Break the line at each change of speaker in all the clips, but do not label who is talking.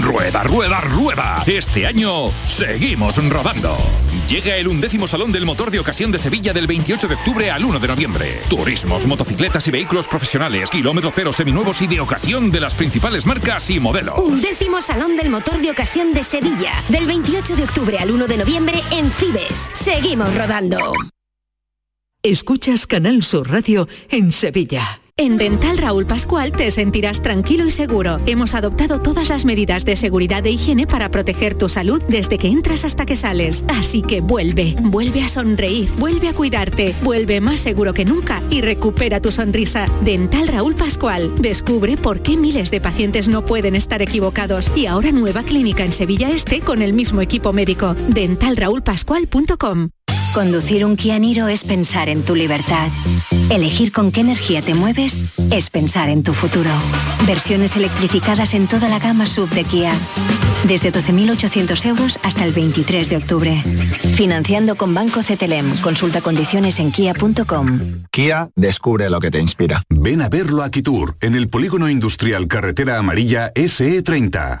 rueda, rueda, rueda. Este año seguimos rodando. Llega el undécimo Salón del Motor de Ocasión de Sevilla del 28 de octubre al 1 de noviembre. Turismos, motocicletas y vehículos profesionales, kilómetro cero, seminuevos y de ocasión de las principales marcas y modelos.
Undécimo Salón del Motor de Ocasión de Sevilla, del 28 de octubre al 1 de noviembre en Cibes. Seguimos rodando.
Escuchas Canal Sur Radio en Sevilla.
En Dental Raúl Pascual te sentirás tranquilo y seguro. Hemos adoptado todas las medidas de seguridad e higiene para proteger tu salud desde que entras hasta que sales. Así que vuelve, vuelve a sonreír, vuelve a cuidarte, vuelve más seguro que nunca y recupera tu sonrisa. Dental Raúl Pascual. Descubre por qué miles de pacientes no pueden estar equivocados y ahora nueva clínica en Sevilla Este con el mismo equipo médico. dentalraúlpascual.com
Conducir un Kia Niro es pensar en tu libertad. Elegir con qué energía te mueves es pensar en tu futuro. Versiones electrificadas en toda la gama sub de Kia. Desde 12.800 euros hasta el 23 de octubre. Financiando con Banco CTLM. E Consulta condiciones en kia.com.
Kia descubre lo que te inspira.
Ven a verlo a Kitur, en el polígono industrial Carretera Amarilla E SE30.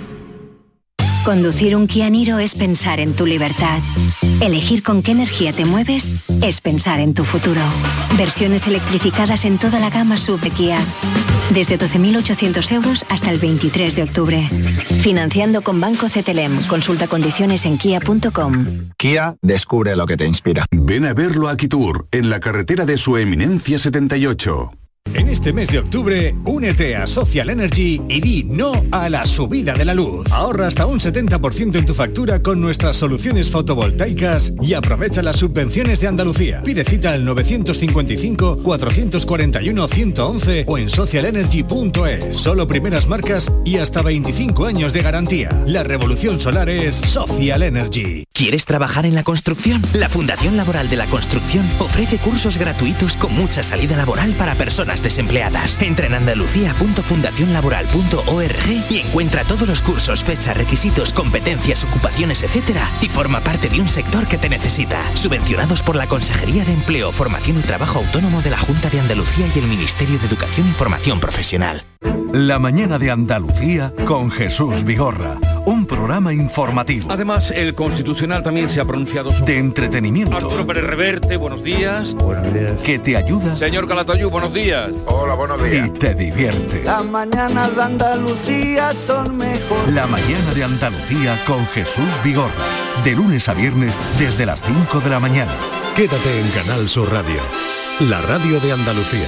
Conducir un Kia Niro es pensar en tu libertad. Elegir con qué energía te mueves es pensar en tu futuro. Versiones electrificadas en toda la gama sub de Kia. Desde 12.800 euros hasta el 23 de octubre. Financiando con Banco CTLM. E Consulta condiciones en kia.com.
Kia descubre lo que te inspira.
Ven a verlo a Kitur, en la carretera de su eminencia 78.
En este mes de octubre, únete a Social Energy y di no a la subida de la luz. Ahorra hasta un 70% en tu factura con nuestras soluciones fotovoltaicas y aprovecha las subvenciones de Andalucía. Pide cita al 955-441-111 o en socialenergy.es. Solo primeras marcas y hasta 25 años de garantía. La revolución solar es Social Energy.
¿Quieres trabajar en la construcción? La Fundación Laboral de la Construcción ofrece cursos gratuitos con mucha salida laboral para personas desempleadas. Entra en andalucía.fundacionlaboral.org y encuentra todos los cursos, fechas, requisitos, competencias, ocupaciones, etcétera, y forma parte de un sector que te necesita. Subvencionados por la Consejería de Empleo, Formación y Trabajo Autónomo de la Junta de Andalucía y el Ministerio de Educación y Formación Profesional.
La mañana de Andalucía con Jesús Vigorra, un programa informativo.
Además, el Constitucional también se ha pronunciado sobre
de entretenimiento.
Arturo Pérez Reverte, buenos días.
Buenos días. Que te ayuda.
Señor Calatayú, buenos días.
Hola, buenos días.
Y te divierte.
Las mañanas de Andalucía son mejores.
La mañana de Andalucía con Jesús Vigor. De lunes a viernes desde las 5 de la mañana.
Quédate en Canal Sur Radio. La radio de Andalucía.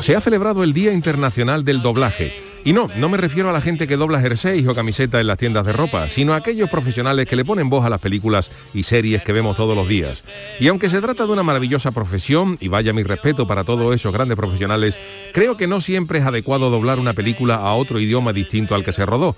se ha celebrado el Día Internacional del Doblaje
Y no, no me refiero a la gente que dobla jerseys o camisetas en las tiendas de ropa, sino a aquellos profesionales que le ponen voz a las películas y series que vemos todos los días. Y aunque se trata de una maravillosa profesión, y vaya mi respeto para todos esos grandes profesionales, creo que no siempre es adecuado doblar una película a otro idioma distinto al que se rodó.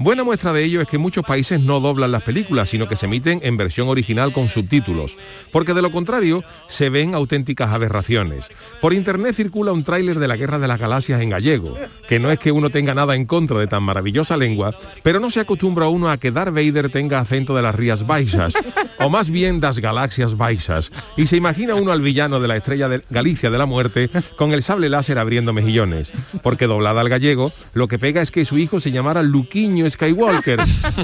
Buena muestra de ello es que muchos países no doblan las películas, sino que se emiten en versión original con subtítulos, porque de lo contrario se ven auténticas aberraciones. Por internet circula un tráiler de la Guerra de las Galaxias en gallego, que no es que uno tenga nada en contra de tan maravillosa lengua, pero no se acostumbra uno a que Darth Vader tenga acento de las Rías Baixas, o más bien das Galaxias Baixas, y se imagina uno al villano de la estrella de Galicia de la muerte con el sable láser abriendo mejillones, porque doblada al gallego, lo que pega es que su hijo se llamara Luquiño Skywalker,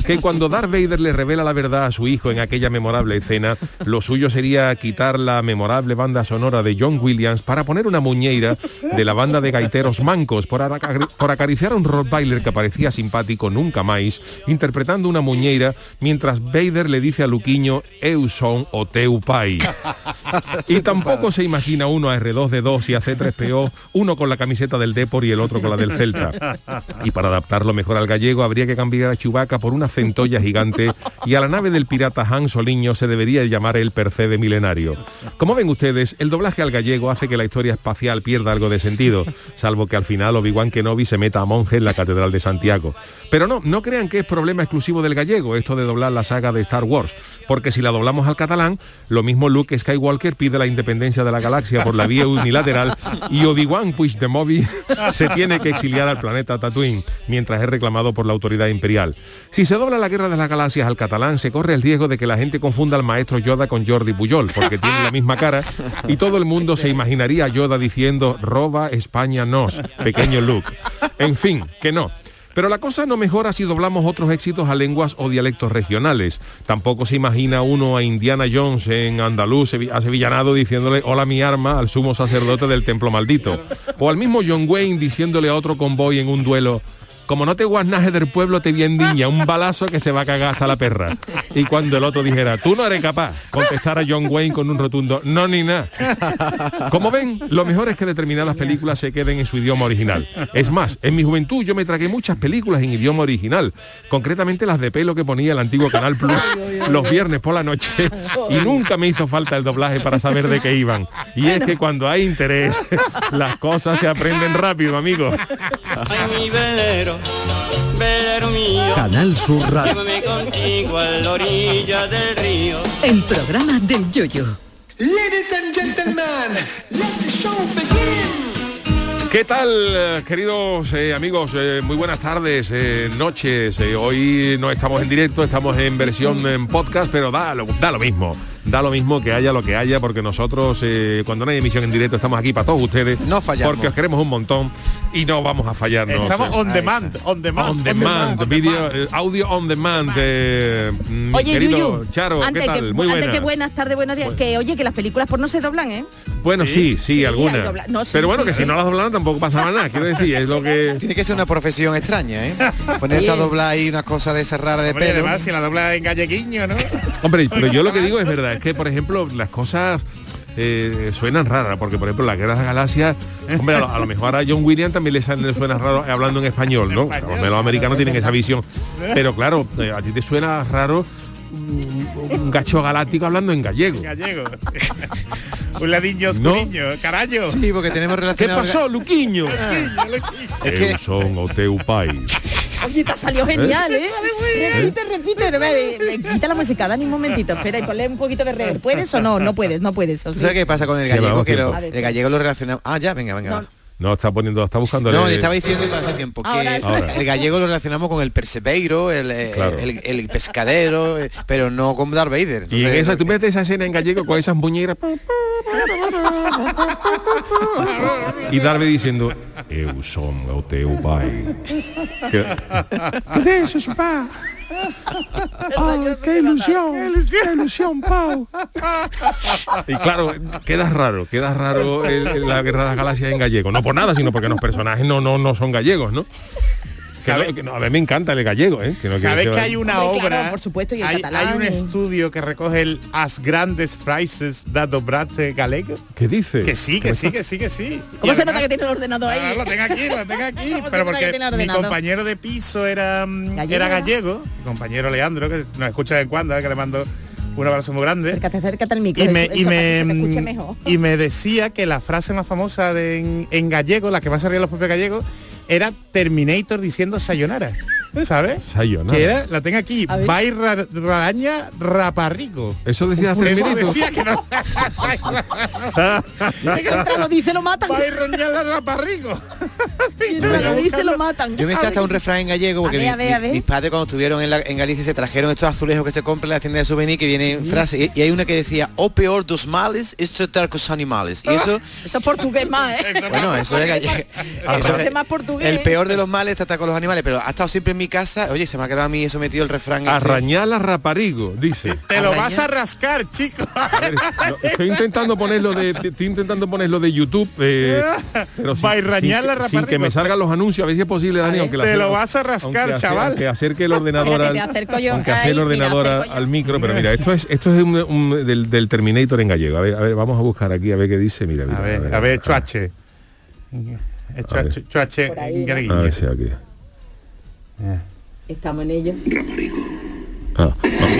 que cuando Darth Vader le revela la verdad a su hijo en aquella memorable escena, lo suyo sería quitar la memorable banda sonora de John Williams para poner una muñeira de la banda de gaiteros mancos por, aca- por acariciar a un Rottweiler que parecía simpático nunca más, interpretando una muñeira mientras Vader le dice a Luquiño Eu son o teu pai". Y tampoco se imagina uno a R2D2 y a C3PO, uno con la camiseta del Depor y el otro con la del Celta. Y para adaptarlo mejor al gallego habría que cambiar a Chubaca por una centolla gigante y a la nave del pirata Han Soliño se debería llamar el Percebe Milenario. Como ven ustedes, el doblaje al gallego hace que la historia espacial pierda algo de sentido, salvo que al final Obi-Wan Kenobi se meta a monje en la Catedral de Santiago. Pero no, no crean que es problema exclusivo del gallego esto de doblar la saga de Star Wars, porque si la doblamos al catalán, lo mismo Luke Skywalker pide la independencia de la galaxia por la vía unilateral y Obi-Wan Puigdemóvil se tiene que exiliar al planeta Tatooine, mientras es reclamado por la autoridad imperial. Si se dobla la guerra de las galaxias al catalán, se corre el riesgo de que la gente confunda al maestro Yoda con Jordi Pujol, porque tiene la misma cara y todo el mundo se imaginaría a Yoda diciendo roba España nos, pequeño Luke. En fin, que no. Pero la cosa no mejora si doblamos otros éxitos a lenguas o dialectos regionales. Tampoco se imagina uno a Indiana Jones en andaluz, sevi- asevillanado, diciéndole hola mi arma al sumo sacerdote del templo maldito. O al mismo John Wayne diciéndole a otro convoy en un duelo, como no te guasnaje del pueblo te bien niña, un balazo que se va a cagar hasta la perra. Y cuando el otro dijera, tú no eres capaz, contestar a John Wayne con un rotundo, no ni nada. Como ven, lo mejor es que determinadas películas se queden en su idioma original. Es más, en mi juventud yo me tragué muchas películas en idioma original, concretamente las de pelo que ponía el antiguo Canal Plus los viernes por la noche y nunca me hizo falta el doblaje para saber de qué iban. Y es que cuando hay interés, las cosas se aprenden rápido, amigos.
Ay, mi velero, velero mío.
Canal Sur Radio.
Llévame contigo a la orilla del río.
El programa del yoyo.
Ladies and gentlemen, let the show begin.
¿Qué tal, eh, queridos eh, amigos? Eh, muy buenas tardes, eh, noches. Eh, hoy no estamos en directo, estamos en versión en podcast, pero da lo, da lo mismo. Da lo mismo que haya lo que haya, porque nosotros, eh, cuando no hay emisión en directo, estamos aquí para todos ustedes. No fallamos. Porque os queremos un montón y no vamos a fallarnos.
Estamos on demand, on demand.
On demand, video, eh, audio on demand. eh, mm,
Oye,
querido
Yuyu,
Charo,
antes,
¿qué
Que,
tal? Muy
antes
buena.
que buenas tardes, buenos días. Que oye, que las películas por no se doblan, ¿eh?
Bueno, sí, sí,
hay
alguna.
dobla- no, sí,
Pero bueno,
sí,
que
sí.
si no las doblaran tampoco pasaba nada. Quiero decir, es lo que...
Tiene que ser una profesión extraña, ¿eh? Ponerte a
Oye.
doblar ahí una cosa de esa rara de
Hombre,
pelo.
además,
si la dobla en galleguiño, ¿no?
Hombre, pero yo lo que digo es verdad, es que por ejemplo las cosas eh, suenan raras, porque por ejemplo la Guerra de las Galaxias, hombre, a lo, a lo mejor a John Williams también le sal- le suena raro hablando en español, ¿no? Claro, los americanos tienen esa visión. Pero claro, eh, a ti te suena raro un, un gacho galáctico hablando en gallego.
Gallego.
Un ladiño
oscuriño,
carajo.
Sí, porque tenemos
¿Qué
relacionado...
pasó, Luquiño?
Es que-
Eu son o teu pai.
Oye, te ha salido genial,
¿Eh?
¿eh? Repite, repite, repite. Quita la música, Dani, un momentito. Espera, y ponle un poquito de rever. ¿Puedes o no? No puedes, no puedes. o sí.
¿Sabes qué pasa con el
Sí,
gallego?
vamos,
que lo-
tiempo.
el gallego lo relacionamos... Ah, ya, venga, venga. va.
No, está poniendo, está buscando.
No, yo estaba diciendo hace tiempo que
Ahora es- Ahora.
el gallego lo relacionamos con el perseveiro, el, eh,
Claro.
el- el pescadero, eh, pero no con Darth Vader. eh,
Y en esa, tú metes esa escena en gallego con esas muñeras y darme diciendo, eu son o teu pai. Que-
Eso es pa. Ay, qué ilusión, qué ilusión, Pau.
Y claro, queda raro, queda raro el- el- la guerra de las galaxias en gallego. No por nada, sino porque los personajes no, no, no son gallegos, ¿no? Que no- que no, a mí me encanta el gallego, ¿eh? Que no quiero
¿Sabes
decir-
que hay una
Hombre,
obra?
claro, por supuesto, y en
hay,
catalán, ¿eh?
hay un
y-
estudio que recoge el As grandes frases da dobraste galego.
¿Qué dice?
Que sí, que sí, que sí, que sí.
¿Cómo
Y
se
además-
nota que tiene el ordenador ahí?
Ah, lo tengo aquí, lo tengo aquí,
¿Cómo se
pero
nota que
porque
tiene el
mi
ordenador?
compañero de piso era mm,
Gallego.
era gallego, mi compañero Leandro que nos escucha de vez en cuando, eh, que le mando un abrazo muy grande.
Acércate, acércate al micro.
Y me,
eso-
y,
eso para que se te escuche
me,
mejor.
y me decía que la frase más famosa de en, en gallego, la que más se ríen los propios gallegos, era Terminator diciendo Sayonara. ¿Sabes?
Sayonara.
Que era, la tengo aquí,
ver.
Vai ra- Raraña Raparrico.
Eso decía
Eso
Terminator.
decía que no.
lo dice, lo matan.
Vai roñar la Raparrico.
lo dice, lo matan.
Yo me sé hasta un refrán en gallego porque
A ver, a
mi-
ver,
mi-
a ver.
mis padres cuando estuvieron en, la- en Galicia se trajeron estos azulejos que se compran en las tiendas de souvenir que vienen frases y, y hay una que decía o peor dos males es tratar con los animales
Ah,
y eso
Eso es portugués más, ¿eh?
bueno eso es gallego
Eso es más portugués.
el peor de los males es tratar con los animales pero ha estado siempre en mi casa oye se me ha quedado a mí eso metido el refrán
Arrañar la raparigo, dice.
Te lo vas a rascar, chico.
Lo- Estoy intentando ponerlo de estoy intentando ponerlo de YouTube, eh, pero sin,
Bairrañar
sin-
la
sin que
Raparrigo.
me salgan los anuncios, a ver si es posible, Dani, aunque la
Te lo
acerque-
vas a rascar,
aunque ace-
chaval.
Aunque acerque el ordenador
Espérate,
al-
me acerco yo.
aunque acerque el
Ay, mira,
ordenador
acerco
al, al micro, pero mira, este esto es esto es un, un- del, del Terminator en gallego. A ver, a ver, vamos a buscar aquí a ver qué dice, mira, mira, a ver,
a ver, chuache. Chuache,
A ver si aquí.
Estamos en ello.
Ah, vamos.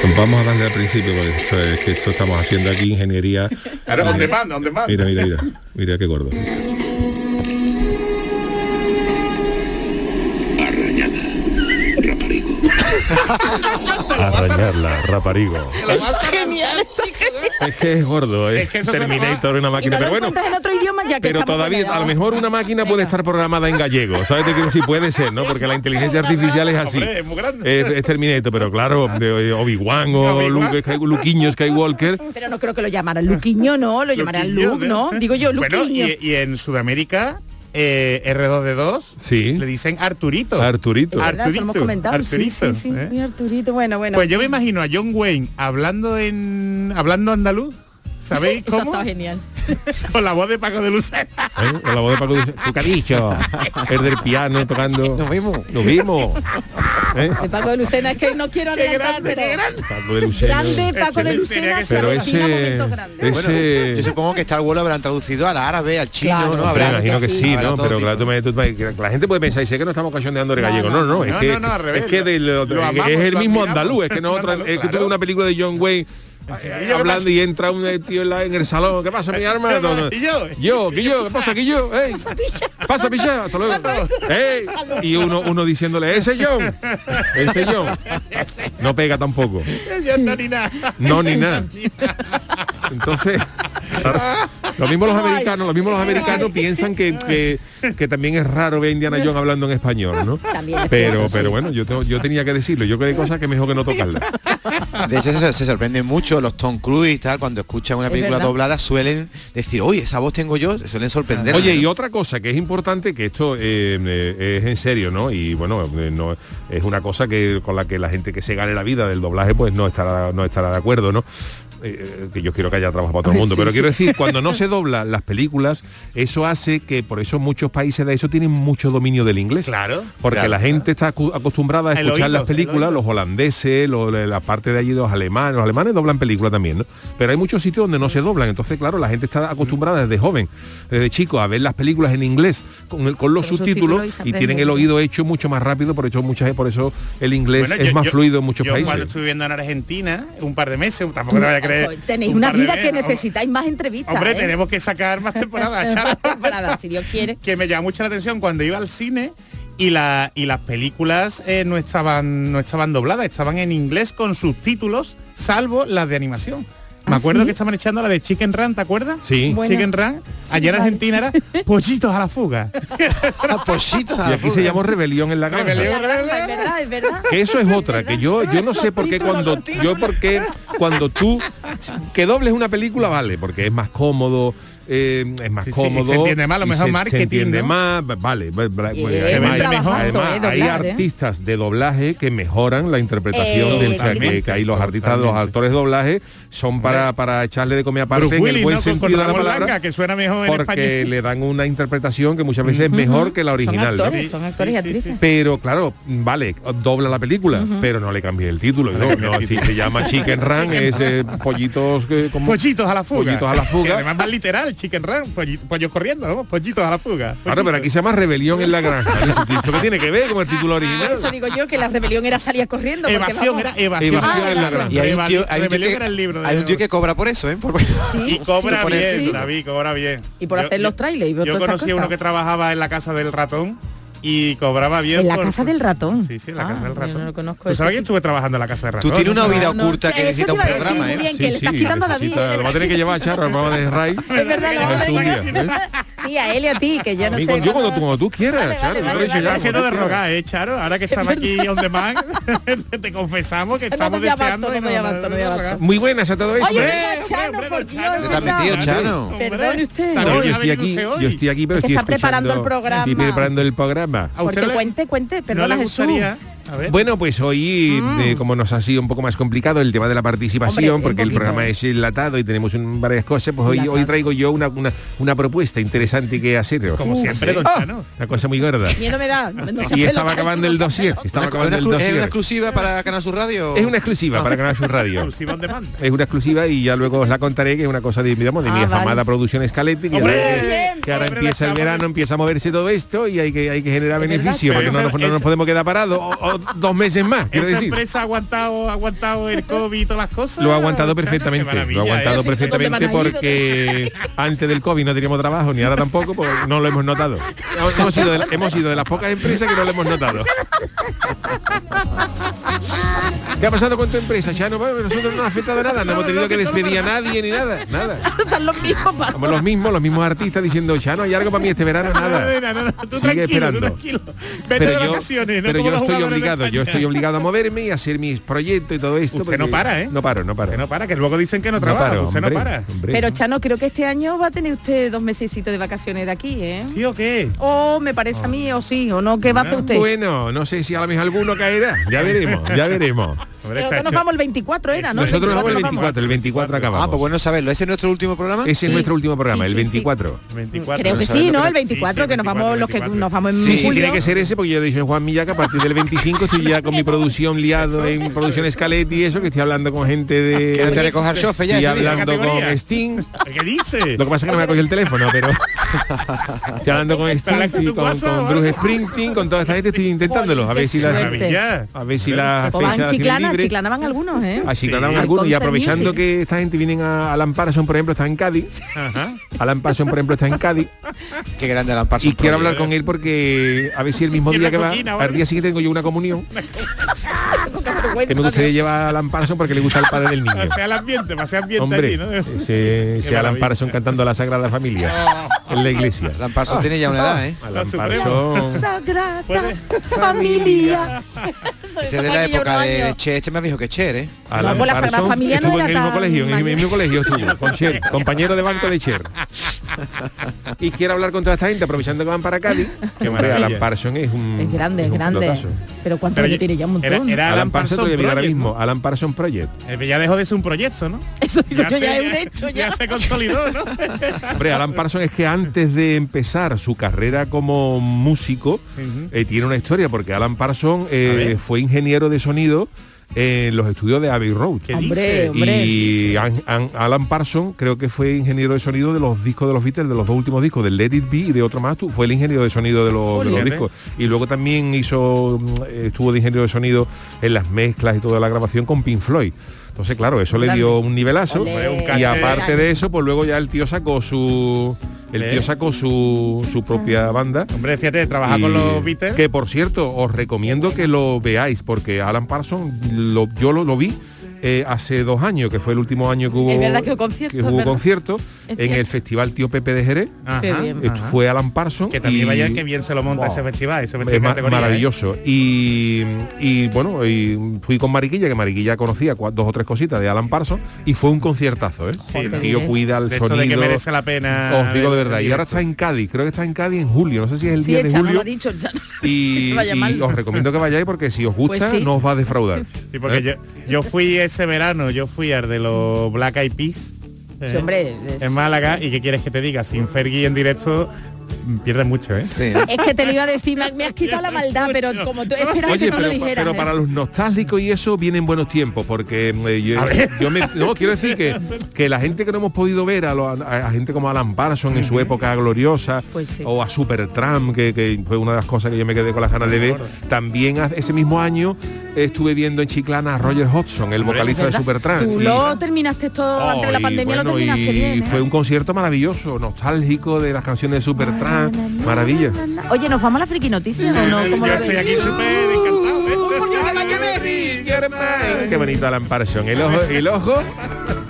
Pues Vamos a darle al principio, porque esto es que esto estamos haciendo aquí ingeniería.
Claro,
Mira,
on demand, on demand.
Mira, mira, mira. Mira qué gordo. Arrañarla, raparigo.
Genial, esto es genial.
Es que es gordo, es,
Es que eso suena
Terminator, una
Y
máquina.
no lo
pero bueno,
encuentras en otro idioma ya que
pero
estamos
todavía, a lo
pegados.
mejor una máquina puede estar programada en gallego. ¿Sabes de qué? Sí puede ser, ¿no? Porque la inteligencia artificial es así.
Hombre, es muy grande.
Es, es Terminator, pero claro, de- eh, Obi-Wan o Luke, Sky- Luquiño Skywalker.
Pero no creo que lo llamaran Luquiño, no, lo llamarán
Luquiño,
Luke, ¿no? Digo yo,
Bueno,
Luquiño.
y, y en Sudamérica, eh, R2D2, le dicen Arturito.
Arturito.
Es verdad, se lo hemos comentado. sí, sí, sí.
¿eh?
Mira, Arturito, bueno, bueno.
Pues yo me imagino a John Wayne hablando en hablando andaluz. ¿Sabéis
Eso
cómo?
está genial.
Con la voz de Paco de Lucena.
¿eh? Con la voz de Paco dice, "Tú qué has dicho? El del piano tocando. Nos vimos. Nos vimos. ¿Eh?
El Paco de Lucena es que no quiero adelantar, pero...
Paco de Lucena.
Grande Paco de
Tenía
Lucena.
que ser
Pero
algo así.
ese,
Bueno,
ese-
yo supongo que Star Wars lo habrán traducido al árabe, al chino,
Hombre,
¿no? Habrán-
me imagino que sí,
habrá
¿no?
todo
Pero
tipo.
claro, tú me- tú me- que la gente puede pensar, y sé que no estamos cachondeando de gallego. No, no, es
No,
que,
no, no, al revés.
es, que del-
Lo amamos,
es el
lo
mismo
admiramos.
andaluz, es que no
Un
otra,
andaluz,
es que tú
claro.
ves una película de John Wayne eh,
yo, ¿qué
hablando
pasa?
y entra un eh, tío en, la- en el salón, ¿qué pasa mi arma? No, no.
¿Y yo?
Yo, ¿qué yo? ¿Qué pasa aquí yo? Ey, Pasa picha, hasta luego. Ey, Y uno, uno diciéndole, ese John, ese John. No pega tampoco.
Ya no ni nada.
No, ni nada. Entonces, claro, lo mismo los americanos, lo mismo los americanos piensan que, que- que también es raro ver a Indiana Jones hablando en español, ¿no?
También es
Pero,
cierto,
pero
sí.
bueno, yo tengo- yo tenía que decirlo. Yo creo que hay cosas que mejor que no tocarlas.
De hecho, se, se sorprenden mucho los Tom Cruise y tal, cuando escuchan una
Es
película
verdad.
doblada suelen decir, oye, esa voz tengo yo, se suelen sorprender.
Oye, y otra cosa que es importante, que esto eh, eh, es en serio, ¿no? Y bueno, eh, no, es una cosa que con la que la gente que se gane la vida del doblaje, pues no estará, no estará de acuerdo, ¿no? Eh, eh, que yo quiero que haya trabajo para todo el mundo,
Sí,
pero
sí.
quiero decir, cuando no se doblan las películas, eso hace que por eso muchos países de eso tienen mucho dominio del inglés. Claro. Porque
claro,
la gente está acu- acostumbrada a
El
escuchar
oído,
las
el
películas, los holandeses, lo- la parte de allí de los alemanes, los alemanes doblan películas también, ¿no? Pero hay muchos sitios donde no se doblan, entonces claro, la gente está acostumbrada desde joven, desde chico, a ver las películas en inglés con, el- con los
Con los
subtítulos,
subtítulos y se
y,
aprende.
tienen el oído hecho mucho más rápido, por eso muchas por eso el inglés
Bueno,
es
yo-
más
yo-
fluido en muchos
yo
países.
cuando estuve viviendo en Argentina, un par de meses, tampoco te voy a creer.
Tenéis
un
una
par de
vida
meses,
que
¿no?
necesitáis más entrevistas.
Hombre,
¿eh?
tenemos que sacar más temporadas, Charo.
temporadas, si Dios quiere.
Que me llama mucho la atención cuando iba al cine y, la, y las películas eh, no, estaban, no estaban dobladas, estaban en inglés con subtítulos, salvo las de animación. Me
¿Ah,
acuerdo
sí?
que estaban echando la de Chicken Run, ¿te acuerdas?
Sí. Bueno.
Chicken Run. Allá en
vale.
Argentina era pollitos a la fuga.
pollitos
Y aquí se llamó rebelión en la granja.
Rebelión
Es verdad, es verdad.
que eso es otra que yo yo no sé por qué cuando yo porque cuando tú que dobles una película vale porque es más cómodo eh, es más
Sí, sí, y
cómodo.
se entiende más, a lo
y
mejor
se-
marketing,
Se entiende
¿no?
más, va- vale. va- va-
Y
bueno,
es
además-
un trabajazo,
además,
eh,
hay
doblar, ¿eh?
artistas de doblaje que mejoran la interpretación
Eh,
del o sea, que,
Totalmente,
que ahí los artistas, los actores de doblaje son para, para echarle de comida aparte
Bruce
en el
Willis,
buen
¿no? Con-
sentido
con
de la
Ramón
palabra.
Langa, que suena mejor en
porque
español.
le dan una interpretación que muchas veces es mejor que la original.
Son
¿no?
actores, son actores y actrices.
Pero claro, vale, dobla la película, pero no le cambie el título. No, no, si se llama Chicken Run, es eh, pollitos que como
Pollitos a la fuga.
Pollitos a la
Que
fuga.
además más literal, chicken run, polli- pollos corriendo, ¿no? Pollitos a la fuga.
Ahora, pero aquí se llama Rebelión en la Granja. ¿no? ¿Esto qué tiene que ver con el
Ah,
título original?
Eso digo yo, que la rebelión era salir corriendo. porque
Evasión
vamos-
era evasión.
Evasión en la granja.
Ah, Y hay un tío, hay un tío
Rebelión
que,
era el libro.
hay un tío que cobra por eso, ¿eh? Por-
y cobra
sí, por
bien,
eso.
David, cobra bien.
Y por
Yo-
hacer los
yo-
trailers. y por
Yo
todas esas
conocí a uno
cosas.
que trabajaba en la casa del ratón y cobraba bien.
En la
por-
casa del ratón.
Sí, sí, en la casa del ratón.
no lo conozco,
¿Tú
ese
sabes que
sí.
estuve trabajando en la casa del ratón?
tienes una vida
No,
oculta
que necesita un programa, ¿eh? Muy bien, que le estás quitando a David,
necesita-
¿eh?
Lo va a tener que llevar a Charo al programa de Ray.
verdad, lo
a
va a tener
estudiar, ¿eh?
Sí, a él y a ti, que yo no
Amigo,
sé.
yo cuando, cuando tú quieras,
Vale,
Charo,
vale,
yo
vale,
lo he dicho
vale.
ya,
Está siendo de
cuando tú quieras.
rogar, ¿eh, Charo? Ahora que estamos aquí on demand, te confesamos que
No,
estamos
no doy abasto,
deseando... que
no doy
nos-
abasto, no doy abasto.
Muy buenas a todo
Oye,
esto. ¿eh?
venga, Chano, por Dios,
Te has
venga.
metido, Chano.
Perdone usted.
No, yo, estoy aquí, yo estoy aquí, pero
Es que
estoy
está preparando el
escuchando-
programa.
Estoy preparando el programa.
Porque cuente, cuente, perdona
le
Jesús. Mm.
gustaría?
Bueno, pues hoy, eh, como nos ha sido un poco más complicado el tema de la participación,
Hombre, un
porque el
poquito.
programa es enlatado y tenemos un- varias cosas, pues hoy, hoy traigo yo una, una, una propuesta interesante que hacer.
Como siempre, don
Ah,
Chano.
Una cosa muy gorda.
Miedo me da. Pues no- no se
Y
apela.
estaba acabando el dossier. Estaba
Una- una
acabando el
exclu- ¿Es una
dossier.
exclusiva para Canal Sur Radio?
Es una exclusiva para Canal Sur Radio.
Exclusiva on demand.
Es una exclusiva y ya luego os la contaré, que es una cosa de, digamos, de mi
Ah, vale.
afamada producción Escaletti, que,
¡Hombre!
ahora- que ahora
Hombre,
empieza el
la chapa
verano, empieza a moverse todo esto y hay que, hay que generar beneficio,
Pero
porque no,
esa-
nos- no nos
esa-
podemos quedar parados o- o dos meses más, quiero
¿Esa
decir.
empresa ha aguantado, ha aguantado el COVID y todas las cosas?
Lo ha aguantado
Chano? Qué
perfectamente, lo
maravilla,
ha
¿eh?
aguantado perfectamente porque antes del COVID no teníamos trabajo, ni ahora tampoco, pues no lo hemos notado. Hemos sido de, la- hemos sido de las pocas empresas que no lo hemos notado. ¿Qué ha pasado con tu empresa, Chano? Bueno, nosotros no nos ha afectado nada, no hemos tenido que despedir a nadie ni nada, nada.
Están los mismos pasos.
Como los mismos, los mismos artistas diciendo, Chano, hay algo para mí este verano, nada.
No, no, no, tú
Sigue
tranquilo, tú
esperando.
tranquilo. Vete de vacaciones, no
pero
como
yo
los
estoy
jugadores de
obligado, yo
España.
estoy obligado a moverme y a hacer mis proyectos y todo esto.
Usted no
porque-
para, ¿eh?
No paro, no paro.
Que no para, que luego dicen que no
No
trabaja,
paro,
usted no
hombre,
para.
hombre.
Pero Chano, creo que este año va a tener usted dos mesecitos de vacaciones de aquí, ¿eh?
¿Sí o qué?
O me parece a mí, o sí, o no, ¿qué va a hacer usted?
Bueno, no sé si a lo mejor alguno caerá. Ya veremos, ya veremos.
Creo que nos vamos el 24, era, ¿no?
Nosotros nos vamos el
24
24, el 24 acabamos.
Ah, pues bueno saberlo. ¿Ese es nuestro último programa?
Ese es nuestro último programa, el 24.
Creo que sí, ¿no? El 24, que nos vamos los que nos vamos en
Sí, sí,
julio.
tiene que ser ese porque yo he dicho en Juan Milla que a partir del 25 estoy ya con mi producción liado de producción Scaletti y eso, que estoy hablando con gente de...
Que no te recoja el chofe ya,
Estoy
ese día.
hablando con
Categoría.
Sting.
¿Qué dice?
Lo que pasa es que no me ha cogido el teléfono, pero estoy hablando con Sting,
tu
y con,
WhatsApp,
con Bruce Springsteen, con toda esta gente estoy intentándolo. A ver si la,
Maravilla.
a ver si la
O van
fecha
chiclana, chiclana van algunos, ¿eh?
A Chiclana van
Al
algunos y
Concert
aprovechando
Music.
que esta gente vienen a Alan Parson, por ejemplo, está en Cádiz. Alan Parson, por ejemplo, está en Cádiz.
Qué grande Alan Parsons. ¿eh?
Y quiero hablar con él porque a ver si el mismo
Tiene
día
una
que va,
coquina,
al
¿vale?
día siguiente tengo yo una comunión,
Qué
que me
vergüenza,
gustaría llevar a Alan Parson porque le gusta el padre del niño.
Pasea el ambiente, pasea ambiente
Hombre,
allí, ¿no?
ese, ese Alan Parson cantando la Sagrada Familia en la iglesia. Alan
Parson tiene ya una edad, ¿eh?
Alan
Supremo.
Parson.
Sagrada familia.
Ese es de la época de Che, este más viejo que Che, ¿eh?
Alan
pues la Sagrada
Parsons
Familia no
estuvo
era
en el mismo
tan
colegio, en el
mayor.
mismo colegio estuvo, con Cher, compañero de banco de Cher. Y quiero hablar con toda esta gente, aprovechando que van para Cádiz. Que
maravilla.
Alan Parson es un
Es grande, es grande.
flotazo.
Pero cuánto
Pero
años
ya-
tiene ya un
Era,
montón.
Alan Parsons, todavía viene ahora
Project,
mismo. Alan Parsons Project.
Eh, Ya dejó de ser un proyecto, ¿no?
Eso digo yo,
se-
ya es un hecho, ya.
Ya se consolidó, ¿no?
Hombre, Alan Parsons es que antes de empezar su carrera como músico eh, tiene una historia porque Alan Parsons eh, fue ingeniero de sonido en los estudios de Abbey Road.
Hombre, dice? hombre.
Y An- An- Alan Parsons creo que fue ingeniero de sonido de los discos de los Beatles, de los dos últimos discos, del Let It Be y de otro más. tú- Fue el ingeniero de sonido de los, de los
Ole.
discos. Y luego también hizo, mm, eh, estuvo de ingeniero de sonido en las mezclas y toda la grabación con Pink Floyd. Entonces, claro, eso le dio un nivelazo.
Ole. Un
Y
caché.
aparte de eso, pues luego ya el tío sacó su... El tío sacó su, su
Ah.
propia banda.
Eh. Hombre, fíjate, trabaja con
Y-
los Beatles.
Que por cierto, os recomiendo que lo veáis, porque Alan Parsons, lo- yo lo, lo vi eh, hace dos años, que fue el último año que hubo,
Es verdad que hubo concierto,
que hubo
es verdad.
concierto,
Es
en el
cierto.
Festival Tío Pepe de Jerez.
Qué bien.
Esto Fue Alan Parsons.
Que también
y-
vaya que bien se lo monta
Wow.
ese festival, ese festival
es ma-
categoría, ¿eh?
maravilloso. Y, y, bueno, y fui con Mariquilla, que Mariquilla conocía cua- dos o tres cositas de Alan Parsons, y fue un conciertazo, ¿eh? el tío cuida el
de esto
sonido.
de que merece la pena.
Os digo de
ver
verdad.
el
Y
directo.
ahora está en Cádiz, creo que está en Cádiz en julio, no sé si es el
Sí,
día
el
de
Chano lo
julio.
ha dicho, el Chano.
Y,
Vaya
y
mal.
os recomiendo que vayáis porque si os gusta
Pues sí.
no os va a defraudar.
Sí, porque yo, yo fui ese verano, yo fui al de los Black Eyed Peas. eh,
Sí, hombre, es-
En Málaga, y qué quieres que te diga, sin Fergie en directo mm, pierdes mucho, ¿eh?
Es que te lo iba a decir, me, me has quitado la maldad, pero como tú esperabas
Oye,
que no
pero,
lo dijeras.
pero
¿eh?
para los nostálgicos y eso vienen buenos tiempos, porque eh, yo, yo me, no, quiero decir que, que la gente que no hemos podido ver, a, los- a- a gente como Alan Parson en su época gloriosa,
Pues
o a Supertramp, que, que fue una de las cosas que yo me quedé con las ganas de ver, también hace- ese mismo año estuve viendo en Chiclana a Roger Hodgson, el vocalista de
¿Verdad?
Supertramp.
Tú
y-
lo terminaste todo
Oh,
antes de la
y
pandemia, lo
bueno,
terminaste
y
bien. ¿eh?
fue un concierto maravilloso, nostálgico de las canciones de Supertramp, maravilla.
Oye, ¿nos vamos a la friki noticia o no? ¿Cómo lo
Yo estoy
veis?
aquí súper encantado. ¿eh?
Qué bonito Alan Parson. El ojo, el ojo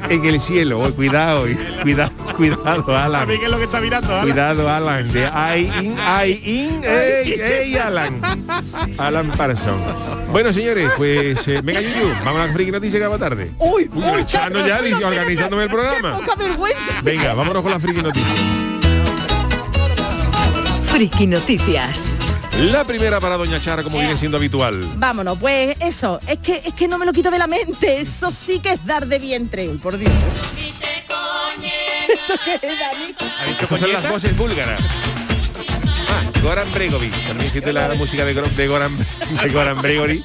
en el cielo. Oh, cuidado, y- cuidado, cuidado,
A
Alan.
mí que es lo que está mirando. Ala.
Cuidado, Alan. De ay in, ay in, ey, ey, Alan. Alan Parson. Bueno, señores, pues eh, venga, Yuyu, vamos a la friki noticia que va tarde.
Uy,
uy, Chano ya dice, organizándome el programa.
Poca vergüenza.
Venga, vámonos con la friki noticia.
Friki Noticias.
La primera para Doña Chara, como viene siendo habitual.
Vámonos, pues eso, es que es que no me lo quito de la mente, eso sí que es dar de vientre, uy, por Dios. ¿eh? ¿Esto qué es, Dani?
Estas son las voces búlgaras. Ah, Goran Bregovic. También hiciste la música de, Gro- de Goran, de Goran Bregory.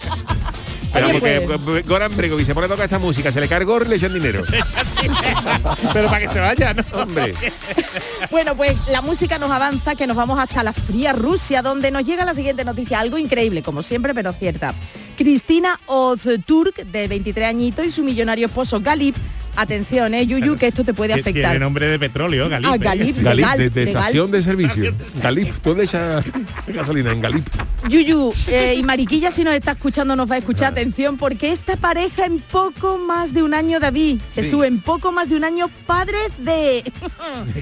Pero
Oye, pues.
porque Goran Bregovic se pone a tocar esta música, se le cargó, le echan dinero.
Pero para que se vaya, ¿no?
Hombre.
Bueno, pues la música nos avanza, que nos vamos hasta la fría Rusia, donde nos llega la siguiente noticia, algo increíble, como siempre, pero cierta. Cristina Ozturk, de 23 añitos, y su millonario esposo Galip, atención, eh, Yuyu, que esto te puede
Que Tiene
afectar.
nombre de petróleo, Galip.
Ah,
¿eh?
Galip, de Galip,
de, de
de Galip.
estación de servicio. Galip, tú le echas gasolina en Galip.
Yuyu eh, y Mariquilla, si nos está escuchando, nos va a escuchar. Atención, porque esta pareja en poco más de un año, David, Jesús, en poco más de un año, padre de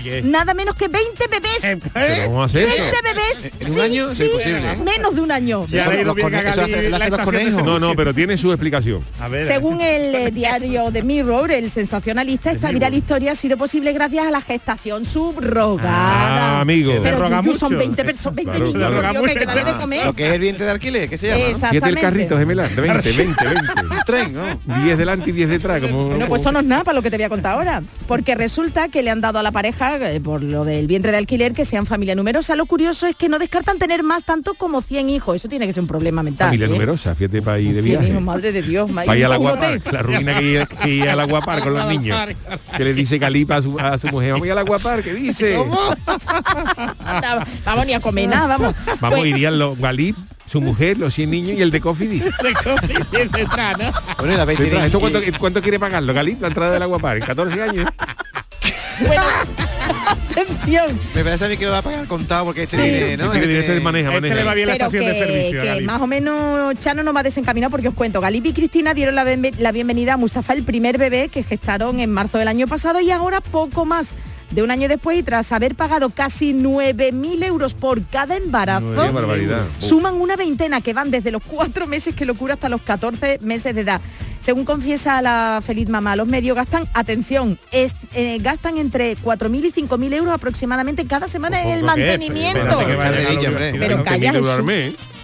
qué?
nada menos que 20 bebés.
¿Pero cómo hace eso?
20 bebés.
¿En un año? Es imposible.
Menos de un año.
No, no, pero tiene su explicación.
A
Según el eh, diario The Mirror, el sensacionalista, esta viral historia ha sido posible gracias a la gestación subrogada.
Ah, amigo.
Pero
Te roga
Yuyu, son
mucho.
20 personas, 20
Claro,
niños,
claro.
por Dios, que hay que darle de comer.
ah, Lo que es el vientre de alquiler, que se llama? ¿no?
Siete el carrito, gemela. De 20, 20, 20.
Tren, ¿no?
10 delante y 10 detrás. Como,
Bueno, pues eso no es nada para lo que te voy a contar ahora. Porque resulta que le han dado a la pareja, eh, por lo del vientre de alquiler, que sean familia numerosa. Lo curioso es que no descartan tener más tanto como 100 hijos. Eso tiene que ser un problema mental.
Familia
¿eh?
numerosa, fíjate para ir de
100
viaje.
hijos, madre de Dios. madre-
Vaya al
un
aguapar,
hotel.
la ruina que iba- que iba al aguapar con los niños. Que le dice Calipa a su, a su mujer, vamos a ir al aguapar, ¿qué dice?
Anda, Vamos ni a comer nada, vamos.
Vamos, irían los Galip, su mujer, los 100 niños y el de Cofidis.
Bueno, y la 20
Detrás,
de-
¿Esto cuánto, cuánto quiere pagarlo, Galip, la entrada del aguapar? ¿En 14 años?
Bueno, atención.
Me parece a mí que lo va a pagar contado porque este
Sí.
viene, ¿no?
Este viene, este maneja, Este maneja. le va bien
Pero que, que más o menos Chano no va desencaminado porque os cuento, Galip y Cristina dieron la, benve- la bienvenida a Mustafa, el primer bebé que gestaron en marzo del año pasado y ahora poco más de un año después y tras haber pagado casi 9.000 euros por cada embarazo,
Qué barbaridad.
suman una veintena que van desde los cuatro meses que locura hasta los 14 meses de edad. Según confiesa la feliz mamá, los medios gastan, atención, es- eh, gastan entre 4.000 y 5.000 euros aproximadamente cada semana en el mantenimiento. Pero calla, Jesús.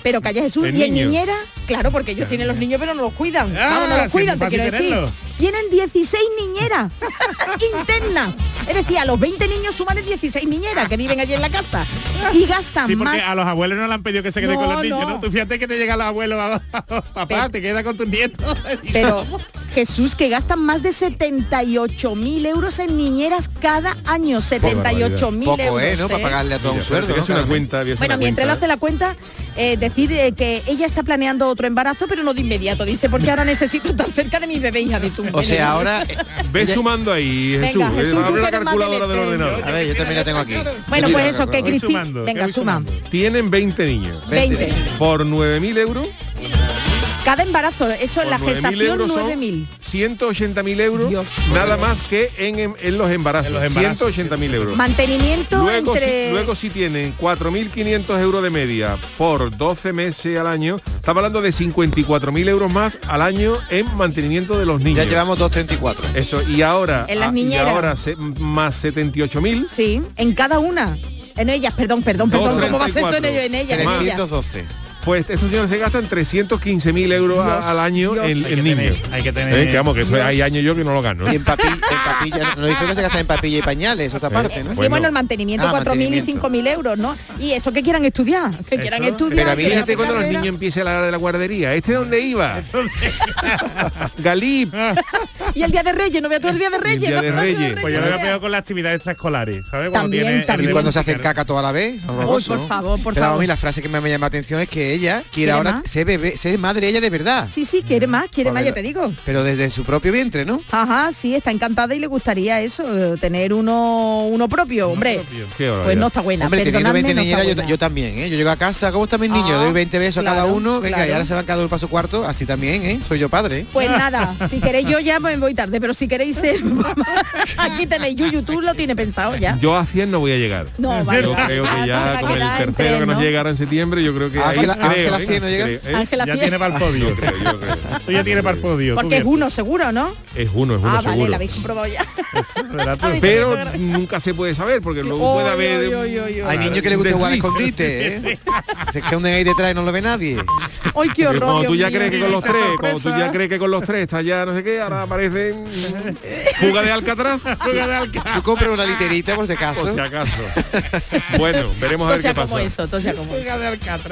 Pero calla Jesús,
El
y en
niño.
niñera, claro, porque ellos tienen los niños pero no los cuidan. Vamos, no
Ah, sí,
los cuidan, te
fácil
quiero decir.
tenerlo.
Tienen 16 niñeras internas. Es decir, a los 20 niños suman 16 niñeras que viven allí en la casa. Y gastan
Sí, porque
más.
a los abuelos no le han pedido que se quede
No,
con los niños,
no.
¿no? Tú fíjate que te llegan los abuelos, papá, te queda con tus nietos.
Pero Jesús, que gastan más de 78 mil euros en niñeras cada año. 78 mil euros. ¿eh?
a todo un
sueldo. Es una cuenta, voy a hacer
Bueno, Ah,
una
mientras él
cuenta.
hace la cuenta, eh, decir eh, que ella está planeando otro embarazo, pero no de inmediato. Dice, porque ahora necesito estar cerca de mi bebé, hija de tu
O sea, ahora...
Ve sumando ahí,
Venga,
Jesús. eh,
Jesús, tú
abre la
que eres más
calculadora del
del
ordenador.
A ver, yo también la tengo aquí.
Bueno, pues eso, que
Voy
Cristina...
sumando,
Venga,
voy
suma.
Tienen 20 niños.
20.
Por 9.000 euros.
Cada embarazo, eso en la
Por 9.000
gestación
Pues euros son
9.000.
180.000 euros, nada más que en, en- en los embarazos.
En los embarazos.
180.000 euros.
Mantenimiento
Luego,
entre...
si, luego si tienen 4.500 euros de media por 12 meses al año, estamos hablando de 54.000 euros más al año en mantenimiento de los niños. Ya llevamos
2.34.
Eso, y ahora,
En las
ah, y
niñeras.
ahora se- más 78.000.
Sí, en cada una. En ellas, perdón, perdón, perdón. ¿Cómo va a ser eso en ello? En ellas, en ellas.
312. Pues estos señores se gastan 315.000 euros a-
Dios,
al año
Dios. Hay
en, en
que
niños.
tener- hay que tener-
Eh, que vamos, que eso-
Dios.
hay años yo que no lo gano. ¿eh?
Y en papilla, en papilla, no dice que se gasta en papilla y pañales, otra parte, ¿no?
Sí, bueno, el mantenimiento
Ah,
4.000 y
mantenimiento.
5.000 euros, ¿no? Y eso que quieran estudiar, que quieran estudiar.
Pero
que
fíjate
quieran hacer
cuando los
carrera.
niños empiezan a la hora de la guardería. ¿Este dónde iba? Galip.
Y el Día de Reyes, no veo todo el Día de Reyes.
Día de
¿no?
Reyes.
Pues yo lo veo peor con las actividades extraescolares, ¿sabes?
También,
tiene el
Y
de
cuando se
música,
hacen caca toda la vez.
Uy, por favor, por
Pero vamos,
favor.
y la frase que más me llama la atención es que ella quiere
¿Quiere
ahora
más?
ser bebé, ser madre ella de verdad.
Sí, sí, quiere más, quiere
A
más,
ver.
ya te digo.
Pero desde su propio vientre, ¿no?
Ajá, sí, está encantada y le gustaría eso, eh, tener uno, uno propio, hombre. Pues no está buena.
Hombre, teniendo
perdonadme,
20
no está
niñeras, yo,
buena.
yo también, ¿eh? Yo llego a casa, ¿cómo están mis niños?
Ah,
Doy 20 besos a cada
claro,
uno, venga, y
claro.
ahora se van cada uno para su cuarto, así también, ¿eh? Soy yo padre.
Pues nada, si queréis yo ya me voy tarde, pero si queréis ser mamá, aquí tenéis Yuyu, tú lo tiene pensado ya.
Yo a 100 no voy a llegar.
No, vale,
yo
vale.
creo
Ah,
que ya
habrá
con
que
el
dar en
tercero
tren,
que nos
¿no?
llegara en septiembre, yo creo que
Ángela-
ahí creo,
Ángela
¿eh?
100 no llega.
Creo, ¿eh?
Ángela
Ya tiene para el podio.
Yo creo, yo creo.
Tú ya tienes para el podio. tú
Porque es
bien.
uno seguro, ¿no?
Es uno, es uno
Ah, vale,
seguro.
la habéis comprobado ya.
Pero nunca se puede saber porque luego
Oy,
puede haber
oy, oy, oy, oy.
Hay niños que les gusta jugar a escondite, ¿eh? Se esconden ahí detrás y no lo ve nadie.
Ay, qué
Porque
horror.
cuando tú
Dios
ya
mío.
crees que con los tres, cuando tú ya crees que con los tres está ya no sé qué, ahora aparecen fuga de Alcatraz.
Fuga de Alcatraz. Tú compras una literita por si acaso.
Por si acaso. Bueno, veremos
Todo
a ver qué
Pues sea como
pasa.
eso, todo sea como eso.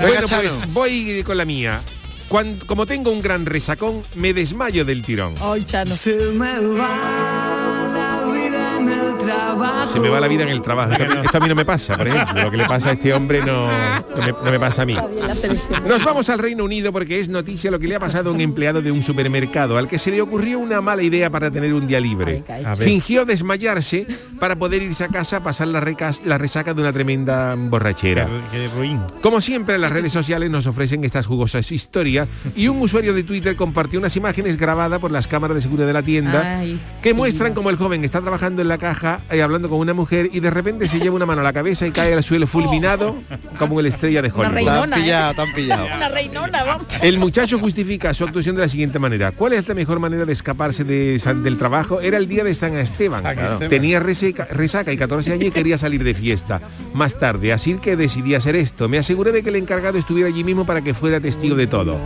Bueno, pues voy con la mía. Cuan- como tengo un gran resacón, me desmayo del tirón.
Ay, Chano.
Se me va la vida en el trabajo. Esto, esto a mí no me pasa, por ejemplo. Lo que le pasa a este hombre no, no me, no me pasa a mí. Nos vamos al Reino Unido porque es noticia lo que le ha pasado a un empleado de un supermercado al que se le ocurrió una mala idea para tener un día libre.
A ver.
Fingió desmayarse para poder irse a casa a pasar la, recas- la resaca de una tremenda borrachera.
Qué ruin.
Como siempre, las redes sociales nos ofrecen estas jugosas historias y un usuario de Twitter compartió unas imágenes grabadas por las cámaras de seguridad de la tienda
Ay,
que muestran como el joven está trabajando en la caja y hablando con una mujer y de repente se lleva una mano a la cabeza y cae al suelo fulminado como el estrella de Hollywood.
reinona, Tan pillado,
tan pillado.
Una reinona, vamos.
El muchacho justifica su actuación de la siguiente manera. ¿Cuál es la mejor manera de escaparse de San- del trabajo? Era el día de San Esteban.
San Esteban.
Tenía reseca- resaca y 14 años y quería salir de fiesta. Más tarde, así que decidí hacer esto. Me aseguré de que el encargado estuviera allí mismo para que fuera testigo de todo.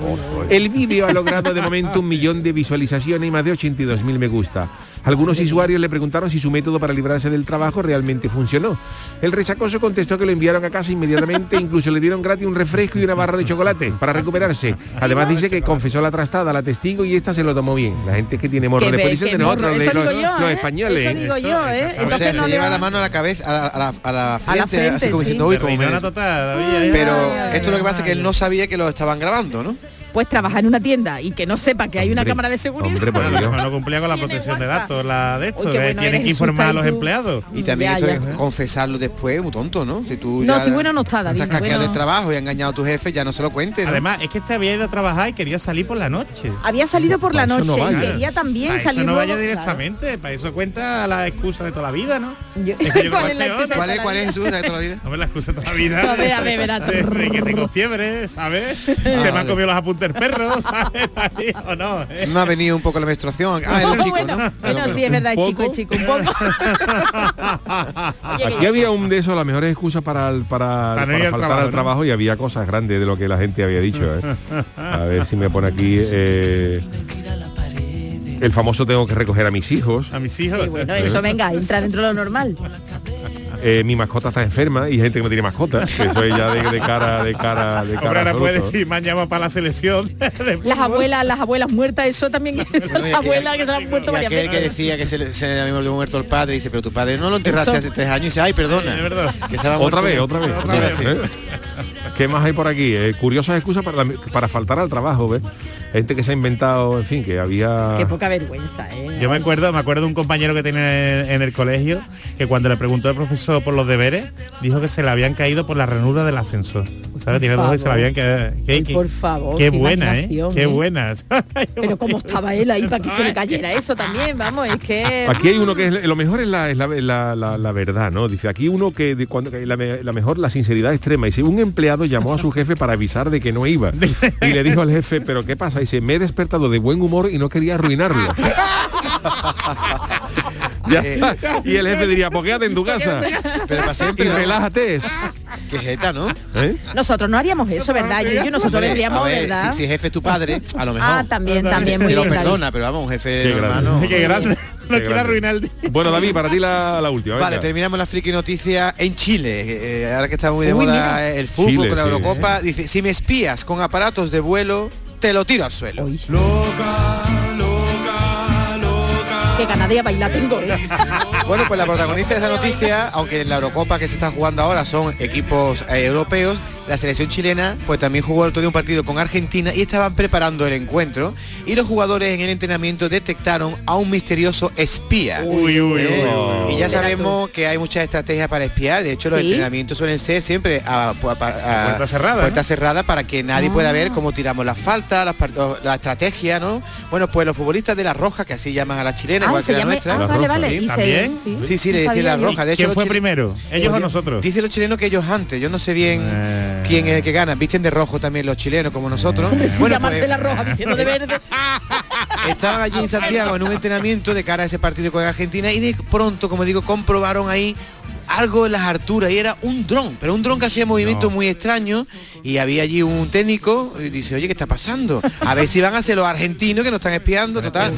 El vídeo ha logrado de momento un millón de visualizaciones y más de 82.000 me gusta. Algunos usuarios le preguntaron si su método para librarse del trabajo realmente funcionó. El resacoso contestó que lo enviaron a casa inmediatamente, incluso le dieron gratis un refresco y una barra de chocolate para recuperarse. Además dice que confesó la trastada a la testigo y esta se lo tomó bien. La gente que tiene morro
Qué
de
be-
policía
qué
de nosotros,
morro.
de
Eso
los,
digo yo,
los
¿eh?
españoles.
Eso
Digo yo, ¿eh?
o sea,
Entonces
se
no le
lleva
va-
la mano a la cabeza, a la, a la- a la frente,
frente,
así como
sí.
diciendo, uy, como me-
Terminó la totada, David,
Pero esto lo que pasa es que él no sabía que lo estaban grabando, ¿no?
Pues trabajar en una tienda y que no sepa que hay una
Hombre,
cámara de seguridad.
Bueno, no cumplía con la protección de datos, la de esto,
Uy, qué
eh,
bueno
tienen
eres,
que informar a los
Jesús,
empleados.
Y también
Ya,
esto
ya.
de confesarlo después, muy tonto, ¿no? Si tú
No,
ya
si bueno no está, David.
estás caqueado
bueno.
del trabajo y has engañado a tu jefe, ya no se lo cuentes. ¿no?
Además, es que este había ido a trabajar y quería salir por la noche.
Había salido por la
Para eso
noche
no
y
vaya.
quería también
Para
salir
Ah, eso no
luego,
vaya
claro.
directamente, para eso cuenta la excusa de toda la vida, ¿no?
Yo-
Es que yo
¿Cuál
creo
es la
que
excusa de
peor,
toda
¿no?
la vida?
No me la excusa de toda la vida.
A ver, a ver, verá tú.
De- de que tengo fiebre, ¿sabes? Se me han
vale.
comido los apuntes perros, ¿sabes? Ahí, ¿O no? eh?
Me ha venido un poco la menstruación. Ah, era chico,
bueno,
¿no?
bueno, sí, es verdad,
Un
chico, es chico, un poco.
Aquí había un de esos, las mejores excusas para, el- para,
Para no ir
para
al
faltar
trabajo,
al
¿no?
trabajo y había cosas grandes de lo que la gente había dicho. ¿eh? A ver si me pone aquí eh, el famoso tengo que recoger a mis hijos.
A mis hijos.
Bueno, eso venga, entra dentro de lo normal.
Eh, mi mascota está enferma y hay gente que no tiene mascota. que Eso es ya de, de cara, de cara, de cara.
Hombre, ahora puede
absoluto.
decir, me han llamado para la selección.
Las abuelas, las abuelas muertas, eso también es
Bueno, y-
las abuelas que se las han muerto
Y
varias
aquel que
veces.
decía que se le, se le había muerto el padre, dice, pero tu padre no lo enterraste hace tres años, y dice, ay, perdona. Que estaba
Otra
muerto.
vez, otra vez.
Otra vez, sí.
¿Qué más hay por aquí? Eh, curiosas excusas para, la- para faltar al trabajo, ¿ves? Gente que se ha inventado, en fin, que había...
Qué poca vergüenza, ¿eh?
Yo me acuerdo, me acuerdo de un compañero que tenía en el, en el colegio que cuando le preguntó al profesor por los deberes, dijo que se le habían caído por la ranura del ascensor. ¿Sabes? Tiene dos y se le habían caído. Qué-
Ay,
qué-
por favor,
qué
qué
buena, ¿eh?
imaginación,
Qué
¿eh?
buena.
Pero como estaba él ahí para que se le cayera eso también, vamos, es que...
Aquí hay uno que es lo mejor es la, es la, la- la- la verdad, ¿no? Dice aquí uno que de cuando que la, me- la mejor la sinceridad extrema. Dice, un empleado llamó a su jefe para avisar de que no iba. Y le dijo al jefe, pero ¿qué pasa? Dice, me he despertado de buen humor y no quería arruinarlo. Ya. Y el jefe diría, ¿por qué quédate en tu casa?
Eh, Pero para
Y
siempre, ¿no?
relájate.
Qué jeta, ¿no?
¿Eh?
Nosotros no haríamos eso, ¿verdad? Yo, yo nosotros
Hombre,
le
a
diríamos,
ver,
¿verdad?
Si, si jefe es tu padre, a lo mejor.
Ah, también, también, muy
Te lo
bien, David.
perdona, pero vamos, un jefe
Qué
hermano.
grande. Qué grande. No quiero arruinar
el
Bueno, David, para ti la, la última.
Vale,
venga.
terminamos la friki noticia en Chile. eh, ahora que está muy de
Uy,
moda
mira.
el fútbol
Chile, ¿eh?
con la
sí.
Eurocopa, dice, si me espías con aparatos de vuelo, te lo tiro al suelo.
Que Canadá baila tengo, ¿eh?
Bueno, pues la protagonista de esta noticia, aunque en la Eurocopa que se está jugando ahora son equipos eh, europeos, la selección chilena pues también jugó el otro día un partido con Argentina y estaban preparando el encuentro y los jugadores en el entrenamiento detectaron a un misterioso espía.
Uy, uy,
¿Eh?
uy, uy,
Y ya
uy.
sabemos que hay muchas estrategias para espiar, de hecho los
Sí.
entrenamientos suelen ser siempre a, pu- a- a-
puerta cerrada,
puerta
¿no?
cerrada para que nadie pueda ver cómo tiramos las faltas, las par- la estrategia, ¿no? Bueno, pues los futbolistas de la Roja, que así llaman a la chilena,
Ah,
igual
se
que la
llama-
nuestra.
ah, vale, vale, y se-
¿También?
sí.
Sí, sí, le
No
decía la
sabía yo.
roja. De hecho,
¿Quién
los
fue
chilenos-
primero? ¿Ellos o nosotros? Eh.
Dice los chilenos que ellos antes. Yo no sé bien quién es el que gana. Visten de rojo también los chilenos, como nosotros.
Sin
Bueno,
llamarse
pues,
la roja, vistiendo de verde.
estaban allí en Santiago en un entrenamiento de cara a ese partido con Argentina y de pronto, como digo, comprobaron ahí algo en las alturas y era un dron, pero un dron que hacía movimientos muy extraños y había allí un técnico y dice, oye, ¿qué está pasando? A ver si van a ser los argentinos que nos están espiando, total.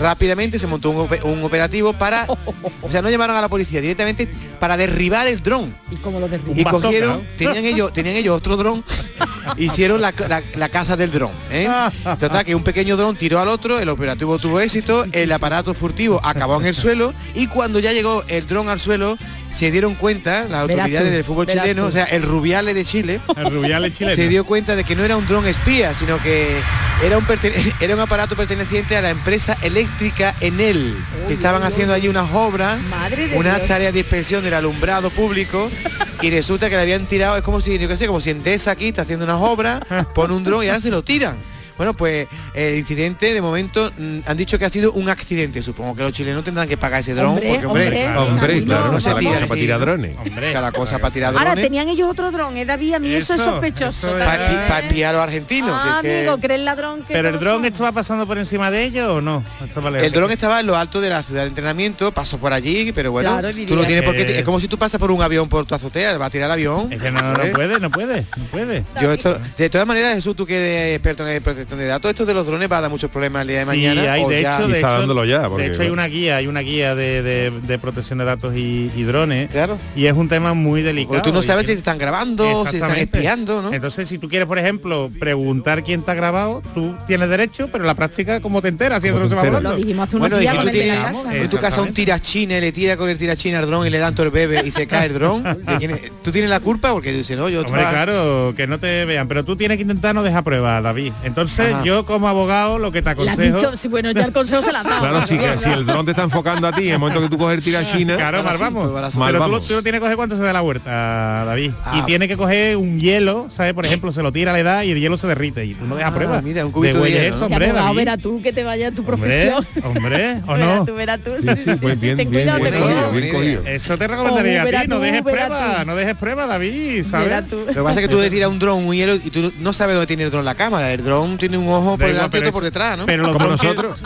Rápidamente se montó un, ope- un operativo para, o sea, no llamaron a la policía, directamente para derribar el dron.
Y como lo derrumba.
Y cogieron, tenían ellos, tenían ellos otro dron, hicieron la, la- la caza del dron. ¿eh? Total, que un pequeño dron tiró al otro, el operativo tuvo éxito, el aparato furtivo acabó en el suelo y cuando ya llegó el dron al suelo, se dieron cuenta las
Verás
autoridades
tú,
del fútbol
verás
chileno,
tú.
o sea, el Rubiales de Chile,
El Rubiales chileno.
se dio cuenta de que no era un dron espía, sino que era un, pertene- era un aparato perteneciente a la empresa eléctrica Enel, que estaban haciendo allí unas obras
Madre de
una
Dios.
tarea de inspección del alumbrado público y resulta que le habían tirado, es como si, yo qué sé, como si Endesa aquí está haciendo unas obras, pone un dron y ahora se lo tiran. Bueno, pues el incidente de momento mm, han dicho que ha sido un accidente. Supongo que los chilenos tendrán que pagar ese dron,
Hombre,
porque hombre,
hombre,
claro,
Hombre, claro, no
se
sea la
tira
cosa
así,
para tirar
¿no?
drones.
Cada cosa para tirar
Ahora,
drones.
tenían ellos otro dron, ¿eh, David? A mí eso, es
Eso,
sospechoso.
eso
también.
Para espiar a los argentinos. si
Ah,
es que-
amigo, ¿crees ladrón que
¿Pero el
todos
dron
son?
estaba pasando por encima de ellos o no? Estaba lejos.
El dron estaba en lo alto de la ciudad de entrenamiento, pasó por allí, pero bueno,
Claro,
tú no
diría.
tienes por qué...
Eh.
Es como si tú pasas por un avión por tu azotea, va a tirar el avión.
Es que no, no, no
¿eh?
puede, no puede, no puede.
Yo esto, de todas maneras, Jesús, tú que eres experto en protección de datos, esto de los drones va a dar muchos problemas el día de
Sí,
mañana.
hay,
o
de
ya-
hecho, de hecho, de hecho, hay una guía, hay una guía de, de- de protección de datos y, y drones.
Claro.
Y es un tema muy delicado.
Porque tú no
y
sabes
que-
si te están grabando, si te están
Exactamente.
espiando, ¿no?
Entonces, si tú quieres, por ejemplo, preguntar quién está grabado, tú tienes derecho, pero en la práctica, ¿cómo te enteras? Si eso no se va hablando.
bueno, y si tú tienes en tu casa un tirachine, le tira con el tirachine al dron y le dan todo el bebé y se cae el dron, ¿de quién es? ¿tú tienes la culpa? Porque dice, no, yo...
Hombre, claro, que no te vean, pero tú tienes que intentar no dejar pruebas, David. Entonces,
Ajá.
yo como abogado, lo que te
Le has
aconsejo...
dicho, sí, bueno, ya el consejo se la ha dado.
Claro, sí, que si el dron te está enfocando a ti, en el momento que tú coges el tira china,
Claro, mal vamos.
mal
Pero tú lo-
vamos.
tú, lo tienes que coger cuando se da la vuelta, David.
Ah.
y tiene que coger un hielo, ¿sabes? Por ejemplo, se lo tira a la edad y el hielo se derrite. Y tú no dejas
Ah,
pruebas.
mira, un cubito de
Devuelve
hielo,
esto,
¿no?
hombre,
Qué abogado,
David.
Verá tú que te vaya tu
Hombre,
profesión.
hombre, ¿o
Verá
no?
tú, verá tú.
Sí, sí, pues bien, bien,
cuidado,
bien
ten
cogido,
cuidado.
bien cogido.
Eso te recomendaría
Oh,
a
verá
ti, no
tú,
dejes
verá
prueba,
tú.
no dejes prueba, David,
Verá
¿sabes?
tú.
Lo que pasa es que tú le tiras un dron, un hielo, y tú no sabes dónde tiene el dron la cámara. El dron tiene un ojo por
Da igual,
delante y
pero
otro por
es-
detrás, ¿no?
pero los Como drones- nosotros.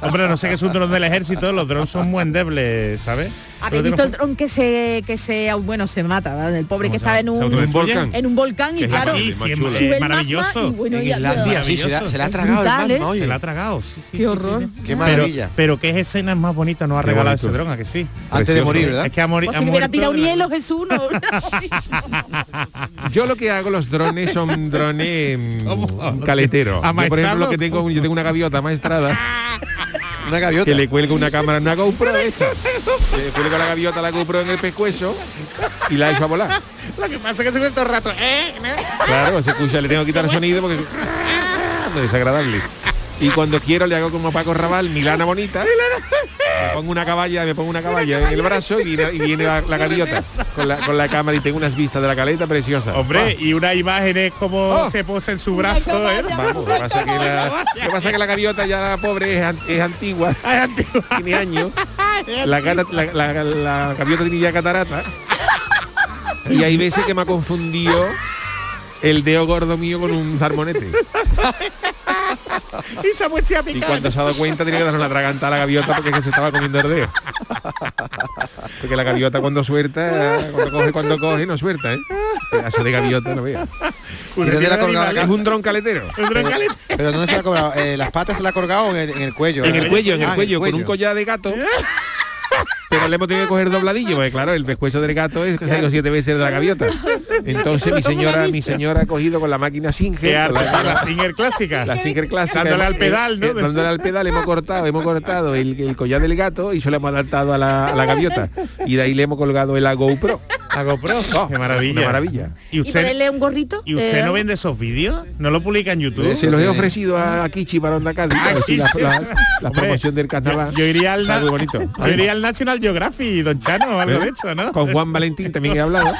Hombre, no sé qué es un dron del ejército, los drones son muy endebles, ¿sabes?
Habéis
Pero
visto el
tengo-
dron que se que se bueno se mata, ¿verdad? el pobre que estaba en un,
¿Se autodestruye? volcán?
en un volcán y
Que es
claro,
así,
sube
siempre,
el magma
maravilloso.
y bueno,
En
y adiós.
Islandia,
Sí, se la- se la ha tragado el
Brutal, ¿eh?
magma, oye.
Se la ha tragado, sí, sí.
Qué horror.
Qué maravilla.
Pero, pero qué escena es más bonita nos ha
Qué
regalado
bonito.
ese dron, ¿a que sí?
Antes de morir, ¿verdad?
Es que ha, mori-
Pues
ha
si me hubiera
muerto...
tirado un
de la-
hielo, Jesús, no.
Yo lo que hago, los drones son drones mm, caleteros. Yo, por ejemplo,
¿Amaestrados?
lo que tengo, yo tengo una gaviota maestrada
Una gaviota.
Que le cuelga una cámara en una GoPro esta. Le cuelga la gaviota a la GoPro en el pescuezo y la hizo a volar.
Lo que pasa es que se ve todo el rato. ¿eh?
Claro, se escucha, le tengo que quitar el sonido porque es desagradable. Y cuando quiero le hago como a Paco Raval, Milana bonita. Me pongo una caballa, me pongo una caballa en el brazo y viene, y viene la, la gaviota con la, con la cámara y tengo unas vistas de la caleta preciosas.
Hombre, y una imagen es como
Oh.
se posa en su brazo. ¿eh?
Vamos, lo que pasa que la- lo que pasa que la gaviota ya pobre es, an- es antigua. Tiene años. La, gata- la- la- la gaviota tiene ya catarata. Y hay veces que me ha confundido el dedo gordo mío con un zarmonete.
y se ha puesto a
Y
picar.
cuando se ha dado cuenta tiene que dar una traganta a la gaviota porque es que se estaba comiendo el dedo. Porque la gaviota cuando suelta, cuando coge, cuando coge, no suelta, ¿eh? Pedazo de gaviota, no veas.
¿Y dónde la ha colgado la
Es un dron caletero.
Pero, pero ¿dónde se la ha colgado? Eh, las patas se la ha colgado en el, en el cuello.
En el
¿eh?
cuello, en
Ah,
el cuello, con un collar de gato. Pero le hemos tenido que coger dobladillo, porque claro, el pescuezo del gato es que se ha ido siete veces de la gaviota. Entonces mi señora, mi señora ha cogido con la máquina
Qué
Singer,
arte,
con la,
la Singer clásica.
la Singer clásica.
Dándole al
eh,
pedal, ¿no?
eh, dándole al pedal, hemos cortado, hemos cortado el, el collar del gato y se lo hemos adaptado a la, a la gaviota. Y de ahí le hemos colgado el a GoPro.
A GoPro, qué maravilla.
Una maravilla.
¿Y
¿Y ponerle un gorrito?
¿Y usted
Eh,
no vende esos vídeos? ¿No lo publica en YouTube?
Se los he ofrecido a, a Kichi para Onda Cádiz, a ver si la, la- la promoción del carnaval.
Yo iría al,
Está
na-
muy bonito.
yo iría al National Geographic, don Chano, o algo de esto, ¿no?
¿Eh? Con Juan Valentín también he hablado.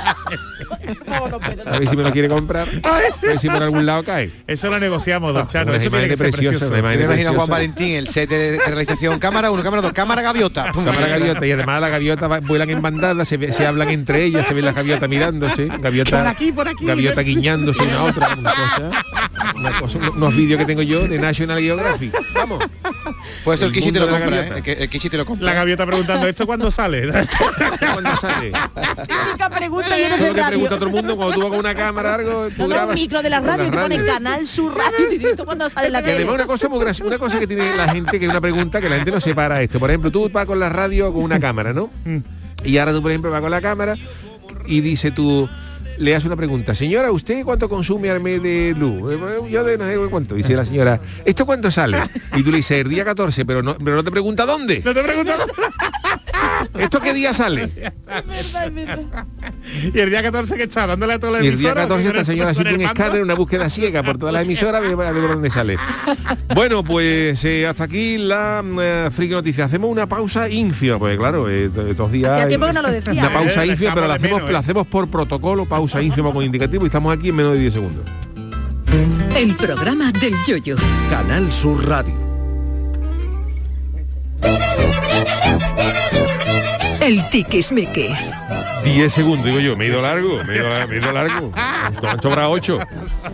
A ver si me lo quiere comprar. A ver si por algún lado cae.
Eso lo negociamos, don Chano.
una
Eso tiene
imagen
que ser
preciosa,
precioso.
una imagen
Me imagino a Juan
preciosa.
Valentín, el set de, de realización, cámara 1, cámara 2, cámara gaviota. Pum.
Cámara gaviota y además las gaviotas va- vuelan en bandadas, se, ve- se hablan entre ellas, se ven las gaviotas mirándose, gaviota,
Por aquí, por aquí. ¿eh?
gaviota guiñándose una a otra, una cosa, una cosa, uno- unos vídeos que tengo yo de National Geographic. Vamos.
Pues eso el Kishi te
mundo
lo
de la
compra, ¿eh?
gaviota.
El que- el Kishi te lo compra.
La gaviota preguntando, ¿esto cuándo sale?
¿Cuándo sale?
Típica pregunta yo no
Eso es
sé
lo que
radio.
pregunta todo el mundo cuando tú vas con una cámara algo, tú
No, no, un
grabas.
micro de la
Con
radio que pone
radio.
Canal Sur Radio y esto cuando sale en la
Y
tele.
además una cosa muy graciosa, una cosa que tiene la gente, que es una pregunta que la gente no separa esto. Por ejemplo, tú vas con la radio con una cámara, ¿no? Y ahora tú, por ejemplo, vas con la cámara y dice tú, le haces una pregunta, señora, ¿usted cuánto consume al mes de luz? "Eh, bueno, Yo de no sé cuánto. Dice la señora, ¿esto cuánto sale? Y tú le dices, el día 14, pero no, pero no te pregunta dónde.
No te preguntas.
¿Esto qué día sale?
Y el día 14 que está, dándole a toda la
Y el día
emisora.
14 esta señora ha
con
sido
el
un
mando.
escáner, una búsqueda ciega por todas las emisoras, a ver, a ver por dónde sale. Bueno, pues eh, hasta aquí la eh, friki noticia. Hacemos una pausa infia, pues claro, eh, t- estos días.
Hacía tiempo
eh,
que no lo decía.
Una pausa
Eh, le
infia, pero la
echamos de
hacemos,
menos, eh.
la hacemos por protocolo, pausa infia con indicativo y estamos aquí en menos de 10 segundos.
El programa del yoyo.
Canal Sur Radio.
El tiquismiquis.
10 segundos, digo yo, me he ido largo, me he ido, la- me he ido largo. Nos han sobrado 8.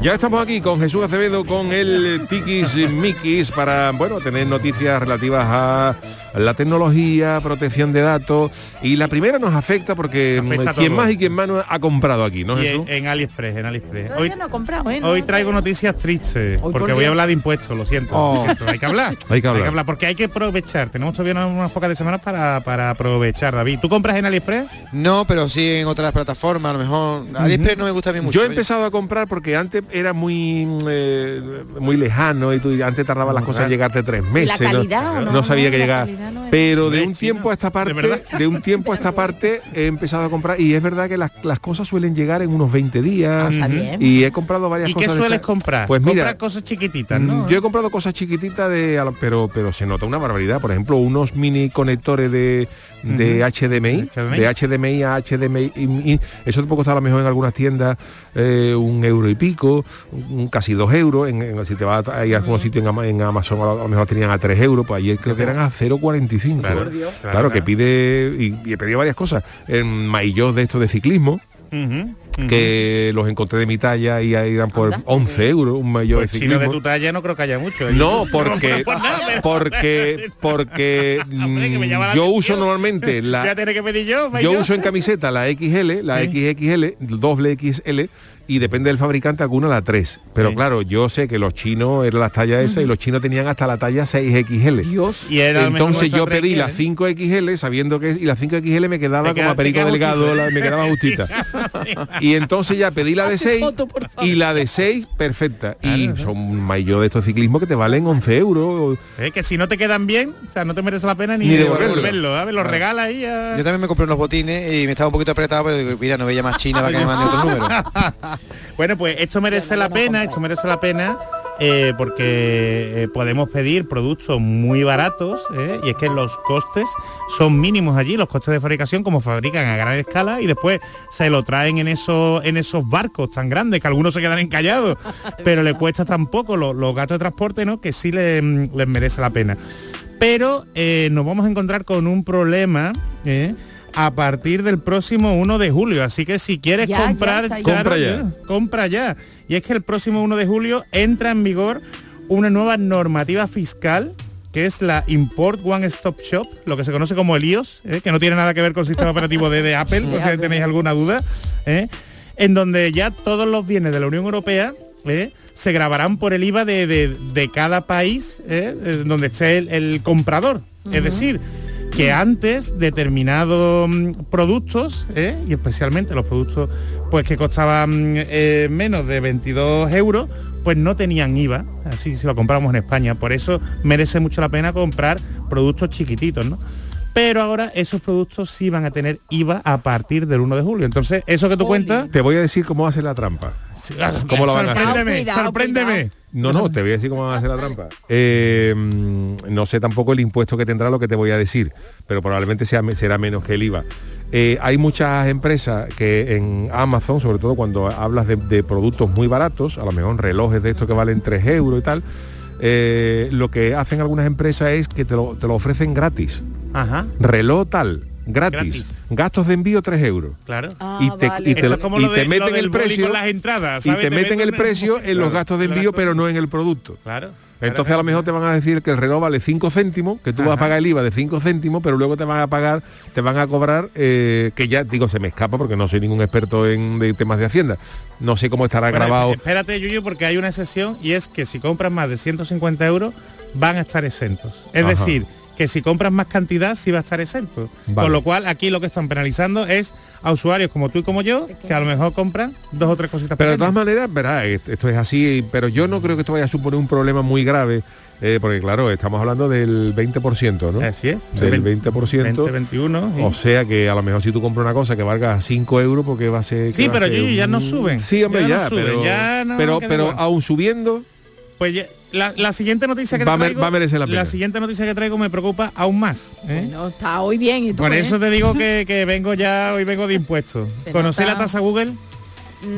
Ya estamos aquí con Jesús Acevedo, con el Tikis Mikis, para bueno, tener noticias relativas a la tecnología, protección de datos. Y la primera nos afecta porque
Afecta a
mm, quien
todos.
más y quien menos ha comprado aquí, ¿no,
Y
Jesús?
en, en AliExpress, en AliExpress.
Todavía
Hoy,
no he comprado, ¿eh? No,
hoy
no.
traigo noticias tristes,
¿por
porque
qué?
voy a hablar de impuestos, lo siento.
Oh.
lo siento, Hay que hablar.
Hay que hablar.
porque hay que aprovechar. Tenemos todavía unas pocas de semanas para, para aprovechar, David. ¿Tú compras en AliExpress?
No, pero sí en otras plataformas, a lo mejor. AliExpress no me gusta a mí mucho.
Yo he empezado a comprar porque antes era muy mm, eh, muy lejano y tú, antes tardaba las cosas en llegarte tres meses. ¿no?
calidad, ¿o
¿no?
no?
sabía
No,
que
la
llegaba.
calidad no era-
Pero de
Hombre,
un tiempo a esta parte,
verdad?
de un tiempo a esta parte he empezado a comprar y es verdad que las, las cosas suelen llegar en unos 20
Ah,
días
está
Ujú.
bien.
y he comprado varias
¿Y qué
cosas. de
sueles
estas.
comprar?
Pues mira,
Compras cosas chiquititas, ¿no?
mm, yo he comprado cosas chiquititas de a lo- pero pero se nota una barbaridad, por ejemplo, unos mini conectores de de HDMI,
HDMI.
de HDMI a HDMI, y- y eso te puede costar a lo mejor en algunas tiendas eh, un euro y pico, un, casi dos euros, en, en- si te vas a, hay algunos sitios en, Ama- en Amazon a lo, a lo mejor tenían a tres euros, pues ayer creo que eran a 0,45.
Claro,
claro,
Dios.
que pide, y, y he pedido varias cosas, en maillot de estos de ciclismo,
Ujú, ujú.
que los encontré de mi talla y ahí dan por 11 euros, un maillot
Pues
de
chino
ciclismo.
de tu talla no creo que haya mucho. ¿eh?
No, porque
pues nada, pero-
porque porque
Hombre, que me llama la
mm, yo
atención.
uso normalmente
Voy a
la
tener que pedir yo,
yo
yo.
uso en camiseta la XL, la XXL, doble XL y depende del fabricante alguna la 3. Pero claro, yo sé que los chinos era la talla esa y los chinos tenían hasta la talla 6XL.
Y era a lo mejor
Entonces
esa ¿eh?
yo pedí
3XL,
la
¿no?
5XL sabiendo que es- y la 5XL me quedaba
Te queda-
como a
te
perico
queda
delgado,
justita.
la- me quedaba justita. y entonces ya pedí la de 6 y la de 6 perfecta. y son mayor de estos ciclismos que te valen 11 euros.
Es que si no te quedan bien, o sea, no te merece la pena ni,
Ni devolverlo.
devolverlo, ¿sabes? Lo regala ahí a...
Yo también me compré unos botines y me estaba un poquito apretado, pero digo, mira, no veía más China para que me mande otro número.
Bueno, pues esto merece la pena, esto merece la pena. eh, porque eh, podemos pedir productos muy baratos ¿eh? y es que los costes son mínimos allí, los costes de fabricación como fabrican a gran escala y después se lo traen en esos en esos barcos tan grandes que algunos se quedan encallados, pero le cuesta tampoco los, los gastos de transporte, ¿no? Que sí le- mm, les merece la pena. Pero eh, nos vamos a encontrar con un problema ¿eh? a partir del próximo 1 de julio, así que si quieres
Ya, ya,
comprar,
está ya.
Charo,
Compra ya.
compra ya. Y es que el próximo 1 de julio entra en vigor una nueva normativa fiscal que es la Import One Stop Shop, lo que se conoce como el IOS, ¿eh? que no tiene nada que ver con el sistema operativo de, de Apple, por si tenéis alguna duda, ¿eh? en donde ya todos los bienes de la Unión Europea ¿eh? se grabarán por el IVA de, de- de cada país ¿eh? Eh, donde esté el, el comprador. Es decir, que antes determinados mm, productos, ¿eh? y especialmente los productos pues que costaban eh, menos de 22 euros, pues no tenían IVA, así si lo compramos en España. Por eso merece mucho la pena comprar productos chiquititos, ¿no? Pero ahora esos productos sí van a tener IVA a partir del 1 de julio. Entonces, eso que tú cuentas...
Te voy a decir cómo hace la trampa. ¿Cómo la van a hacer?
Sorpréndeme, sorpréndeme.
No, no, te voy a decir cómo va a ser la trampa. Eh, mm, no sé tampoco el impuesto que tendrá lo que te voy a decir, pero probablemente sea, me- será menos que el IVA. Eh, hay muchas empresas que en Amazon, sobre todo cuando hablas de, de productos muy baratos, a lo mejor relojes de estos que valen 3 euros y tal, eh, lo que hacen algunas empresas es que te lo, te lo ofrecen gratis.
Ajá.
Reloj tal, gratis.
Gratis.
Gastos de envío 3 euros.
Claro.
y te, y te-
Eso es como
y
lo
te
de- lo
meten
del
el
boli
precio
con las entradas,
y
¿sabes?
te meten el precio en los
Claro.
gastos de envío pero no en el producto
Claro.
entonces a lo mejor te van a decir que el reloj vale 5 céntimos, que tú vas a pagar el IVA de 5 céntimos, pero luego te van a pagar, te van a cobrar, eh, que ya digo, se me escapa porque no soy ningún experto en de temas de Hacienda. No sé cómo estará
Bueno,
grabado.
Espérate, Yuyu, porque hay una excepción y es que si compras más de 150 euros van a estar exentos. Es
Ajá.
decir, que si compras más cantidad sí va a estar exento.
Vale.
Con lo cual aquí lo que están penalizando es a usuarios como tú y como yo, que a lo mejor compran dos o tres cositas
Pero de
pequeñas.
todas maneras, verá, est- esto es así, pero yo no creo que esto vaya a suponer un problema muy grave, eh, porque claro, estamos hablando del 20%, ¿no?
Así es.
Del
20,
20%.
21. sí.
O sea que a lo mejor si tú compras una cosa que valga 5 euros porque va a ser...
Sí,
que va a
pero
ser
Yuyu, ya
un-
no suben.
Sí, hombre, ya,
no suben,
pero,
ya no
pero,
queda
pero
igual.
aún subiendo...
Pues ya- la, la siguiente noticia que
Va a mer-
traigo,
va a merecer la pena.
siguiente noticia que traigo me preocupa aún más. ¿eh?
No, está hoy bien. ¿y tú,
Por
eh?
eso te digo que, que vengo ya, hoy vengo de impuestos.
Se
¿Conocí
nota.
la tasa Google?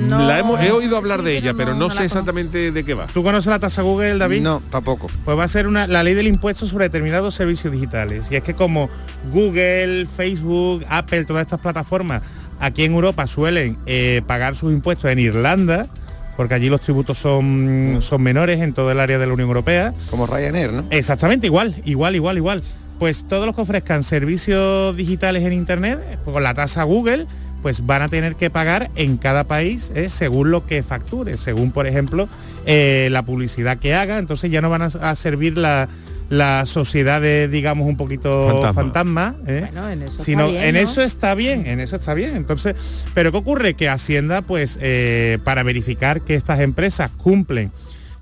La hemos- he oído hablar de ella, eh, pero no, sé exactamente de qué va.
¿Tú conoces la tasa Google, David?
No, tampoco.
Pues va a ser una, la ley del impuesto sobre determinados servicios digitales. Y es que como Google, Facebook, Apple, todas estas plataformas aquí en Europa suelen eh, pagar sus impuestos en Irlanda, porque allí los tributos son, son menores en todo el área de la Unión Europea.
Mm. Como Ryanair, ¿no?
Exactamente, igual, igual, igual, igual. Pues todos los que ofrezcan servicios digitales en Internet, pues con la tasa Google, pues van a tener que pagar en cada país eh, según lo que facture, según, por ejemplo, eh, la publicidad que haga. Entonces ya no van a, a servir la- las sociedades, digamos, un poquito
Fantasma.
fantasma, ¿eh?
Bueno, en eso está
sino
bien,
en
¿no?
eso está bien, en eso está bien. Entonces, pero ¿qué ocurre? Que Hacienda, pues, eh, para verificar que estas empresas cumplen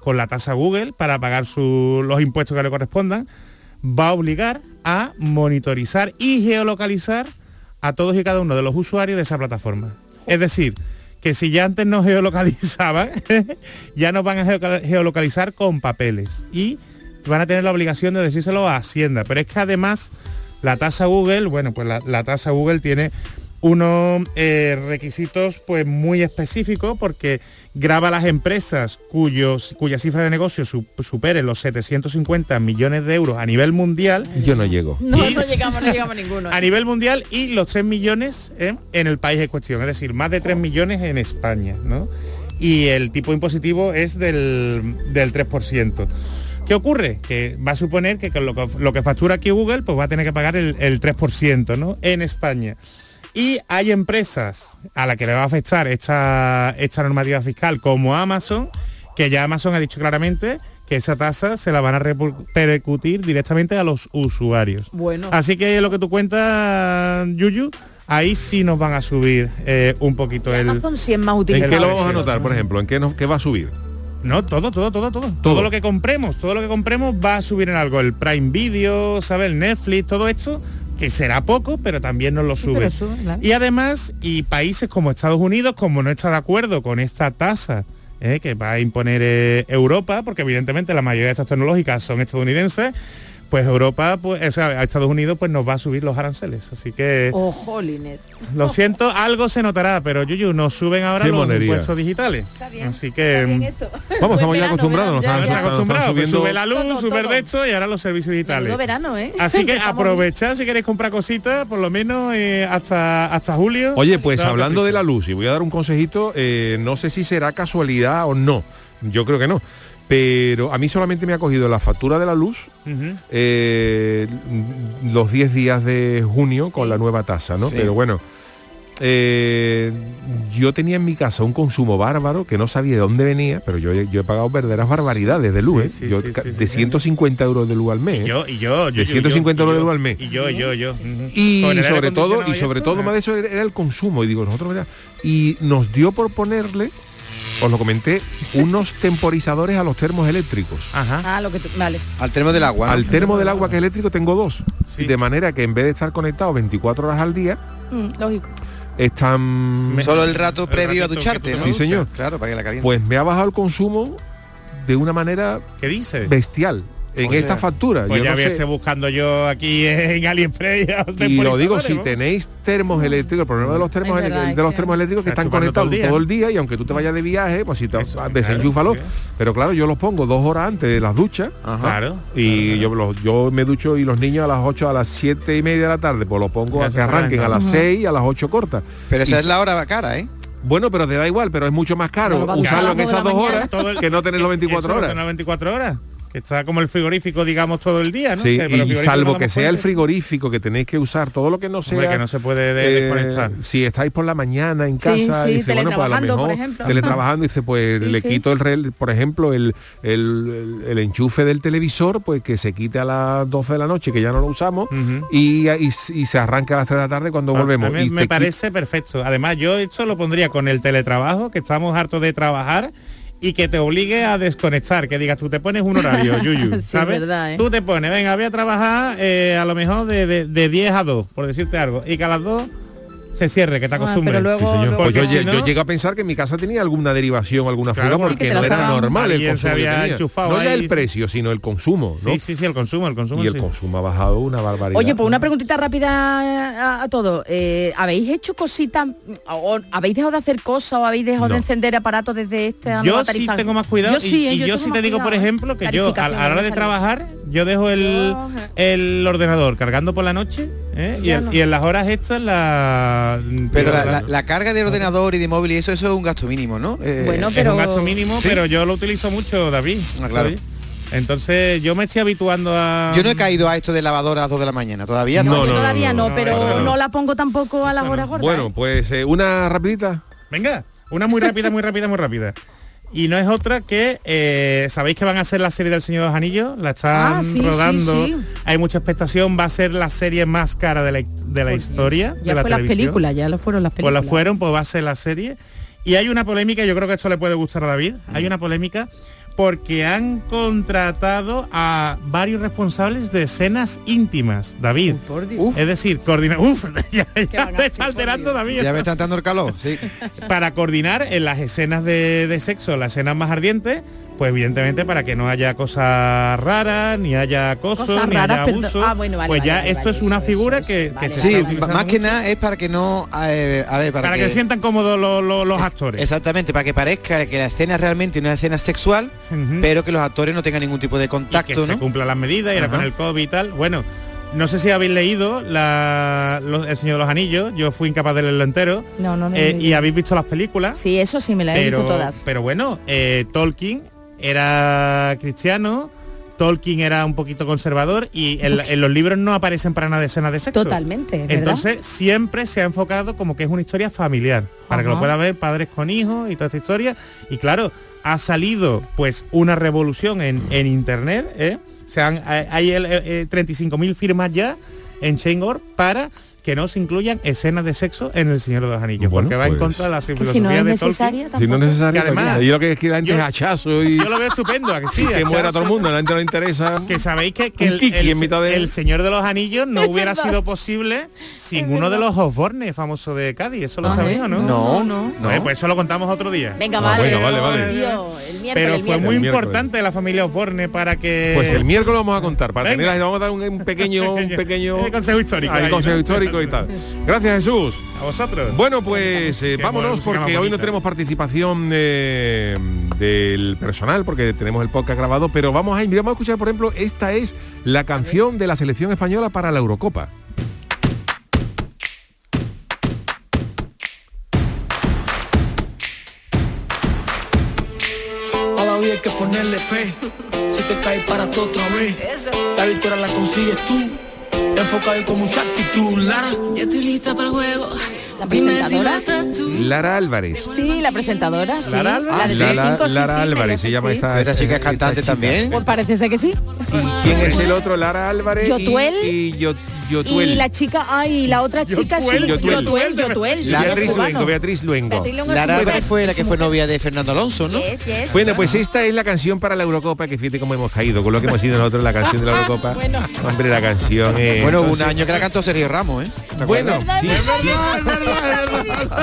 con la tasa Google para pagar su- los impuestos que le correspondan, va a obligar a monitorizar y geolocalizar a todos y cada uno de los usuarios de esa plataforma. Es decir, que si ya antes nos geolocalizaban, ya nos van a geoca- geolocalizar con papeles y van a tener la obligación de decírselo a Hacienda. Pero es que además la tasa Google, bueno, pues la, la tasa Google tiene unos eh, requisitos pues muy específicos porque graba las empresas cuyos, cuya cifra de negocio su- supere los 750 millones de euros a nivel mundial.
Yo no llego.
No, no llegamos, no llegamos ninguno.
A nivel mundial y los 3 millones eh, en el país en cuestión, es decir, más de 3 millones en España, ¿no? Y el tipo impositivo es del, del 3%. ¿Qué ocurre? Que va a suponer que con lo que, lo que factura aquí Google, pues va a tener que pagar el, el 3%, ¿no? En España. Y hay empresas a las que le va a afectar esta, esta normativa fiscal, como Amazon, que ya Amazon ha dicho claramente que esa tasa se la van a repercutir directamente a los usuarios.
Bueno.
Así que lo que tú cuentas, Yuyu, ahí sí nos van a subir eh, un poquito el...
Amazon sí es más útil.
¿En
que
qué lo
la
vamos a
Amazon.
notar, por ejemplo? ¿En qué, nos, qué va a subir?
No, todo, todo, todo, todo. Todo lo que compremos, todo lo que compremos va a subir en algo. El Prime Video, ¿sabes? El Netflix, todo esto, que será poco, pero también nos lo sube.
pero sube, claro.
Y además, y países como Estados Unidos, como no está de acuerdo con esta tasa eh, que va a imponer eh, Europa, porque evidentemente la mayoría de estas tecnológicas son estadounidenses, pues Europa, pues, o sea, a Estados Unidos pues nos va a subir los aranceles. Así que
Oh, jolines.
lo siento, algo se notará, pero Yuyu, nos suben ahora
Qué
los
monería.
impuestos digitales. Así que
Vamos, estamos ya acostumbrados, nos estamos-
Estamos acostumbrados,
estamos
pues
subiendo-
sube la luz,
Todo,
sube el
todo.
de esto y ahora los servicios digitales.
Menudo verano, ¿eh?
Así que
Estamos-
aprovechad si queréis comprar cositas, por lo menos eh, hasta hasta julio.
Oye, pues
Dado
hablando
capricho.
de la luz, y voy a dar un consejito, eh, no sé si será casualidad o no, yo creo que no, pero a mí solamente me ha cogido la factura de la luz
Ujú.
eh, los 10 días de junio con la nueva tasa, ¿no?
Sí.
Pero bueno, eh, yo tenía en mi casa un consumo bárbaro que no sabía de dónde venía, pero yo, he- yo he pagado verdaderas barbaridades de luz, ¿eh? Yo ca- de 150 euros de luz al mes. ¿eh?
Yo, y yo, yo,
de 150 euros de luz al mes
Y yo, y yo, y yo. ujú.
y
Con el aire
sobre todo
acondicionado
y sobre
esto, ¿eh?
todo más de eso era era el consumo y digo nosotros mira, y nos dio por ponerle os lo comenté unos temporizadores a los termos eléctricos
Ah, lo que tú... Vale.
Al termo del agua. ¿no?
al termo del agua que es eléctrico tengo dos de manera que en vez de estar conectado 24 horas al día
Mm, lógico.
están
Mm. Solo el rato previo a ducharte, ¿no?
sí señor
Claro, para que la caliente.
pues me ha bajado el consumo de una manera
¿Qué dice?
bestial en
O sea,
esta factura
Pues
Yo
ya
no
me
sé-
esté buscando yo aquí en AliExpress. ya os
y lo digo
temporizadores,
si
¿no?
tenéis termos eléctricos el problema de los termos
Es verdad,
elé-
es
de los
que-
termos eléctricos que
Está
están
chupando
conectados
todo
todo
el
el,
día,
día y aunque tú te vayas de viaje pues si te desenchúfalo pero claro yo los pongo dos horas antes de las duchas
Claro.
y yo los- yo me ducho y los niños a las 8 a las 7 y media de la tarde pues los pongo
Ya
a
se
que arranquen
arrancan.
a las
Ajá.
6 a las 8 cortas
Pero esa
Y-
es la hora cara, ¿eh?
bueno pero te da igual pero es mucho más
No
caro
lo va a duchar a
usarlo
las nueve de
en esas
la
dos
mañana.
horas
Todo el-
que no tener los 24
Eso,
horas
que no 24 horas. Que está como el frigorífico, digamos, todo el día, ¿no?
Sí,
Que- pero el
y
frigorífico
salvo
no
que
damos
sea el
cuenta.
frigorífico que tenéis que usar, todo lo que no sea... eh,
Hombre, que no se puede de- desconectar.
Si estáis por la mañana en
Sí,
casa,
sí,
y dice, bueno, pues a lo
teletrabajando, por
mejor
ejemplo.
teletrabajando, dice, pues
Sí,
le
sí.
quito el, rel- por ejemplo, el, el- el- el enchufe del televisor, pues que se quite a las 12 de la noche, que ya no lo usamos, y, y- y se arranca a las 3 de la tarde cuando volvemos.
A mí
Y
me
te qui-
parece perfecto. Además, yo esto lo pondría con el teletrabajo, que estamos hartos de trabajar y que te obligue a desconectar, que digas, tú te pones un horario, Yuyu,
Sí,
¿sabes?
verdad, ¿eh?
Tú te pones, venga, voy a trabajar eh, a lo mejor de, de, de 10 a 2, por decirte algo, y que a las 2 se cierre,
Ah,
que te acostumbres.
Sí, señor. Pues
Porque
yo,
si
lle- yo
no-
llego a pensar que en mi casa tenía alguna derivación, alguna
Claro,
fuga,
porque
porque
te
no
la
era
estaban-
normal el
alguien se
consumo. que
había
tenía.
enchufado
no ya
ahí.
el precio, sino el consumo. ¿no?
Sí, sí, sí, el consumo, el consumo.
Y el
sí.
consumo ha bajado una barbaridad.
Oye, pues una preguntita rápida a, a todos. Eh, ¿Habéis hecho cositas, o habéis dejado de hacer cosas, o habéis dejado de
No.
encender aparatos desde este esta
Yo
nueva
sí
tarifa?
tengo más cuidado y y yo,
eh, tengo
sí
más
te digo, por
cuidado, ¿eh?
ejemplo, que yo a, a la
Tarificación,
hora
me
de
sale.
trabajar, yo dejo el, el ordenador cargando por la noche ¿eh? y,
Yo
en-
no.
y en las horas estas la...
Pero la, la- la carga de ordenador y de móvil y eso, eso es un gasto mínimo, ¿no? Eh,
Es un gasto mínimo,
Sí. Ah,
pero yo lo utilizo mucho, David.
claro.
¿sabes? Entonces yo me estoy habituando a...
Yo no he caído a esto de lavadora a las 2 de la mañana, todavía
No,
no.
yo No, no,
Todavía no, pero
eso
no.
no.
la pongo tampoco a las horas gordas.
Bueno, pues eh, una rapidita.
Venga, una muy rápida, muy rápida, muy rápida. Y no es otra que, eh, ¿sabéis que van a ser la serie del Señor de los Anillos? La están
Ah, sí, sí,
rodando,
sí.
hay mucha expectación, va a ser la serie más cara de la, de la historia,
Pues, Ya
de la
fue las
televisión.
películas, ya lo fueron las
Pues
películas.
la fueron, pues va a ser la serie. Y hay una polémica, yo creo que esto le puede gustar a David,
Mm.
hay una polémica porque han contratado a varios responsables de escenas íntimas, David. Es decir, coordina... Uf, ya, ya te está alterando, David.
Ya me está entrando el calor, sí.
Para coordinar en las escenas de, de sexo, las escenas más ardientes, pues evidentemente para que no haya cosas raras, ni haya acoso,
Cosas
ni
raras,
haya
perdón.
abuso.
Ah, bueno, vale,
pues ya
vale, vale,
esto es una figura que, que se
Sí,
está
más
utilizando
que nada es para que no... eh, a ver, para,
Para que sientan cómodos los actores.
Exactamente, para que parezca que la escena es realmente una escena sexual, pero que los actores no tengan ningún tipo de contacto,
que se
¿no?
cumplan las medidas y ahora
Ajá.
con el COVID y tal. Bueno, no sé si habéis leído la- los- El Señor de los Anillos, yo fui incapaz de leerlo entero,
No, no, no.
eh,
no,
y
no.
habéis visto las películas.
Sí, eso sí, me las he visto todas.
pero bueno, eh, Tolkien era cristiano, Tolkien era un poquito conservador y en, la- en los libros no aparecen para nada escenas de sexo.
Totalmente, ¿verdad?
Entonces siempre se ha enfocado como que es una historia familiar, para que
Ajá.
lo pueda ver padres con hijos y toda esta historia. Y claro, ha salido pues una revolución en, en internet, ¿eh? Se han, hay hay el, eh, eh, 35.000 firmas ya en Chain.org para que no se incluyan escenas de sexo en El Señor de los Anillos, porque va en
pues-
contra de la
Que
filosofía
si no es
de Tolkien.
necesaria, Si no es tampoco. necesaria,
Que además,
cualquiera. Yo lo que quiero antes es hachazo y-
pues Yo lo veo estupendo, ¿a que sí?
Y que muera todo el mundo,
a la gente no interesa. Que sabéis que, que
Un
el,
kiki
el-
en mitad de-
el Señor de los Anillos no
Es
hubiera
verdad.
sido posible sin
Es
uno de
verdad.
los Osborne famoso de Cádiz, ¿eso lo
Ah,
sabéis o no?
no, no.
Pues, pues eso lo contamos otro día.
Venga,
Ah, vale, bueno, vale, vale.
Tío, el miércoles, el
Pero fue
miércoles.
muy
El miércoles.
importante la familia Osborne para que...
Pues el miércoles vamos a contar, para
Venga.
tener, vamos a dar un, un pequeño, un pequeño
Eh, consejo histórico.
Ah, el
ahí.
consejo histórico y tal. Gracias Jesús.
A vosotros.
Bueno, pues eh,
Qué
vámonos
música más
porque hoy no
bonita.
tenemos participación eh, del personal porque tenemos el podcast grabado, pero vamos a, vamos a escuchar, por ejemplo, esta es la canción de la selección española para la Eurocopa.
A la vida hay que ponerle fe. Si te cae para todo otra vez. La victoria la consigues tú. Enfocado y con mucha actitud, Lara.
Yo estoy lista para el juego.
La presentadora.
Lara Álvarez.
Sí, la presentadora. sí. La de
Lara Álvarez. Lara-
Telecinco, sí,
Lara
sí, me
Álvarez, se llama
sí.
esta. Esta chica es cantante también.
Pues parece ser que sí.
¿Quién es el otro? Lara Álvarez. y-
Yotuel.
Y, Yo- Yotuel.
Y la chica, ay, la otra chica sí.
Yotuel.
Yotuel, Yotuel. sí, es
Beatriz
cubano.
Luengo, Beatriz Luengo.
Beatriz Luengo es Lara muy Álvarez buena.
fue la que fue
novia de Fernando Alonso, ¿no?
Yes, yes.
Bueno, pues esta es la canción para la Eurocopa, que fíjate cómo hemos caído, con lo que hemos sido nosotros la canción de
Ah,
la Eurocopa. Hombre, la canción es...
Bueno, hubo un año que la cantó Sergio Ramos, ¿eh? ¿Te
Bueno,
acuerdas?
sí,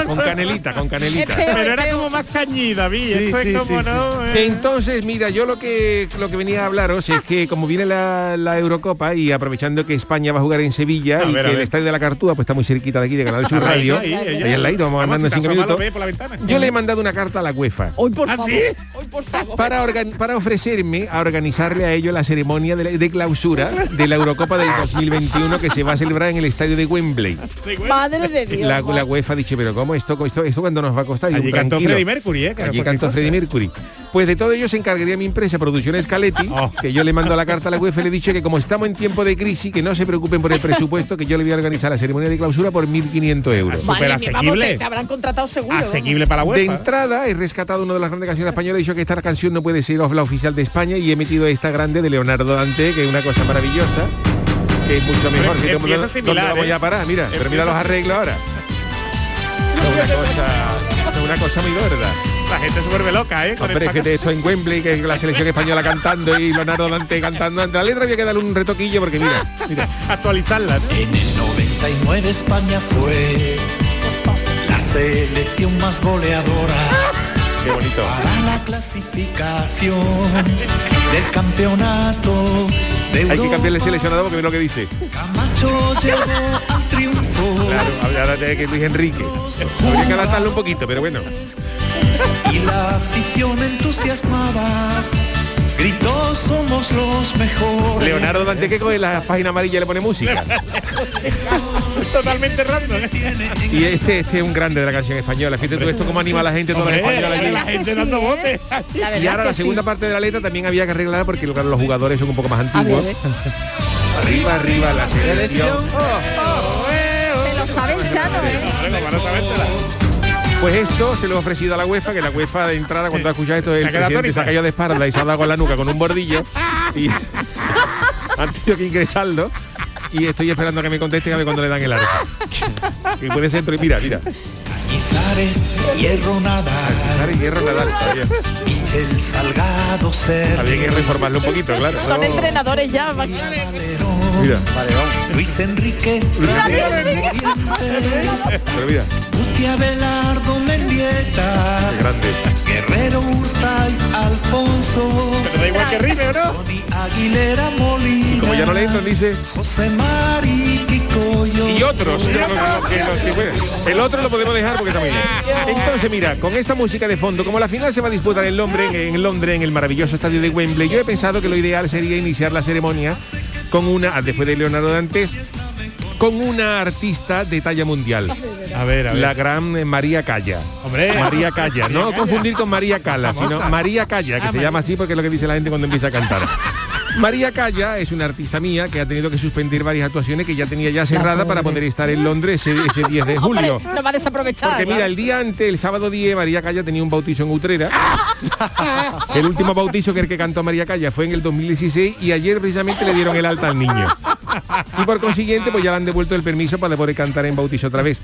con canelita, con canelita.
Pero era como más cañida, David. Esto es como, ¿no? Eh,
Entonces, mira, yo lo que lo que venía a hablaros es que como viene la, la Eurocopa y aprovechando que España va a jugar en Sevilla
A
y
ver, a
que el
ver.
Estadio de la Cartúa pues está muy cerquita de aquí de Canal Sur
Ahí,
Radio.
ahí, ahí,
Ahí
ahí.
al ladito, vamos
Vamos,
andando en
si te
cinco
asomas, lo
minutos.
ve por la ventana.
Yo le he mandado una carta a la UEFA.
Hoy por favor.
sí?
Hoy por favor.
Para, organ- para ofrecerme a organizarle a ellos la ceremonia de, la- de clausura de la Eurocopa del 2021 que se va a celebrar en el estadio de Wembley.
Madre de Dios.
La, la UEFA ha dicho, pero ¿cómo esto, esto, esto cuando nos va a costar? Y
Allí
un
cantó
tranquilo.
Freddie Mercury, ¿eh? Que no
Allí
es
cantó
cualquier
Freddie Mercury. Pues de todo ello se encargaría mi empresa, Producciones Caletti,
Oh.
que yo le mando la carta a la UEFA y le he dicho que como estamos en tiempo de crisis, que no se preocupen por el presupuesto, que yo le voy a organizar la ceremonia de clausura por 1.500 euros.
Madre mía, vamos, que se habrán contratado seguro.
De entrada he rescatado una de las grandes canciones españolas y he dicho que esta canción no puede ser la oficial de España y he metido esta grande de Leonardo Dante, que es una cosa maravillosa, que es Eh, mucho mejor. que
Em, Empieza
todo el mundo-
similar,
¿dónde vamos
¿eh?
ya a parar? Mira, pero mira los
Empieza-
arreglos ahora. Es una cosa, es una cosa muy gorda.
La gente se vuelve loca, ¿eh? Con
Hombre, es
esta
que te- esto en Wembley, que la selección española cantando y Leonardo Dante cantando. Ante la letra había que darle un retoquillo porque mira, mira.
actualizarla.
En el 99 España fue la selección más goleadora
Qué bonito.
para la clasificación del campeonato de
Hay que
Europa.
cambiarle el seleccionado porque mira lo que dice.
Camacho llegó al triunfo
Claro, ahora- ahora tiene que Luis Enrique. Habría que adaptarlo un poquito, pero bueno.
y la afición entusiasmada gritó somos los mejores.
Leonardo Dante que coge la página amarilla y le pone música.
Totalmente random.
¿eh? Y este, este es un grande de la canción española. Fíjate tú esto cómo anima a la gente toda la
Hombre,
española.
la
aquí.
gente dando botes.
Y ahora la segunda parte de la letra también había que arreglarla porque claro, los jugadores son un poco más antiguos. Arriba, arriba la selección. Oh,
Se lo sabe el chano, ¿eh?
Pues esto se lo he ofrecido a la UEFA, que la UEFA de entrada cuando ha escuchado esto el
Se ha quedado
presidente se ha
atónita.
caído de espalda y se ha dado con la nuca con un bordillo y han tenido que ingresarlo y estoy esperando a que me contesten a ver cuando le dan el arco. Y puede ser, entre- mira, mira.
Ares, Hierro Nadal,
Hierro Nadal, está bien.
Michel Salgado Ser,
Habría que reformarlo un poquito, claro. Oh.
Son entrenadores ya. va-
Mira.
Luis Enrique,
Pero mira,
Guti Abelardo Mendieta,
qué grande.
Guerrero Urtay, Alfonso,
Pero da igual que rime, ¿o no?
Tony Aguilera Molina,
Como ya no le entran, dice.
José Mari Quicoyo.
Y otros. que no- que no- que juegan. pues. El otro lo podemos dejar porque también. Entonces, mira, con esta música de fondo, como la final se va a disputar en Londres, en Londres, en el maravilloso estadio de Wembley, yo he pensado que lo ideal sería iniciar la ceremonia con una, ah, después de Leonardo Dantes, con una artista de talla mundial.
A ver, a ver.
La gran eh, María Calla.
Hombre.
María Calla. No
María Calla.
confundir con María Cala, sino
Famosa. Ah,
María Calla, que se llama así porque es lo que dice la gente cuando empieza a cantar. María Calla es una artista mía que ha tenido que suspender varias actuaciones que ya tenía ya cerrada para poder estar en Londres ese, ese 10 de
Hombre,
julio.
lo va a desaprovechar.
Porque mira, el día antes, el sábado 10, María Calla tenía un bautizo en Utrera. El último bautizo que el que cantó María Calla fue en el 2016 y ayer precisamente le dieron el alta al niño. Y por consiguiente, pues ya le han devuelto el permiso para poder cantar en bautizo otra vez.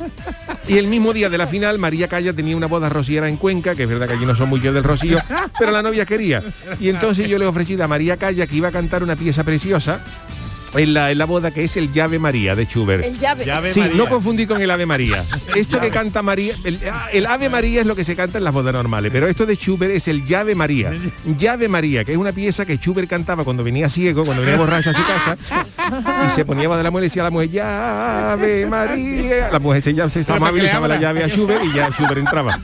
Y el mismo día de la final, María Calla tenía una boda rociera en Cuenca, que es verdad que allí no son muy yo del rocío, pero la novia quería. Y entonces yo le ofrecí a María Calla que iba a cantar una pieza preciosa. En la, en la boda que es el Llave María de Schubert.
El Llave. Llave
sí,
María.
no confundir con el Ave María. Esto que canta María, el, ah, el Ave María es lo que se canta en las bodas normales, pero esto de Schubert es el Llave María. Llave María, que es una pieza que Schubert cantaba cuando venía ciego, cuando venía borracho a su casa, y se ponía de la mujer y decía a la mujer, Llave María. La mujer se, ya, se
Pero ¿para
llamaba
qué
y le
le
daba la
habla?
llave a Schubert y ya Schubert entraba.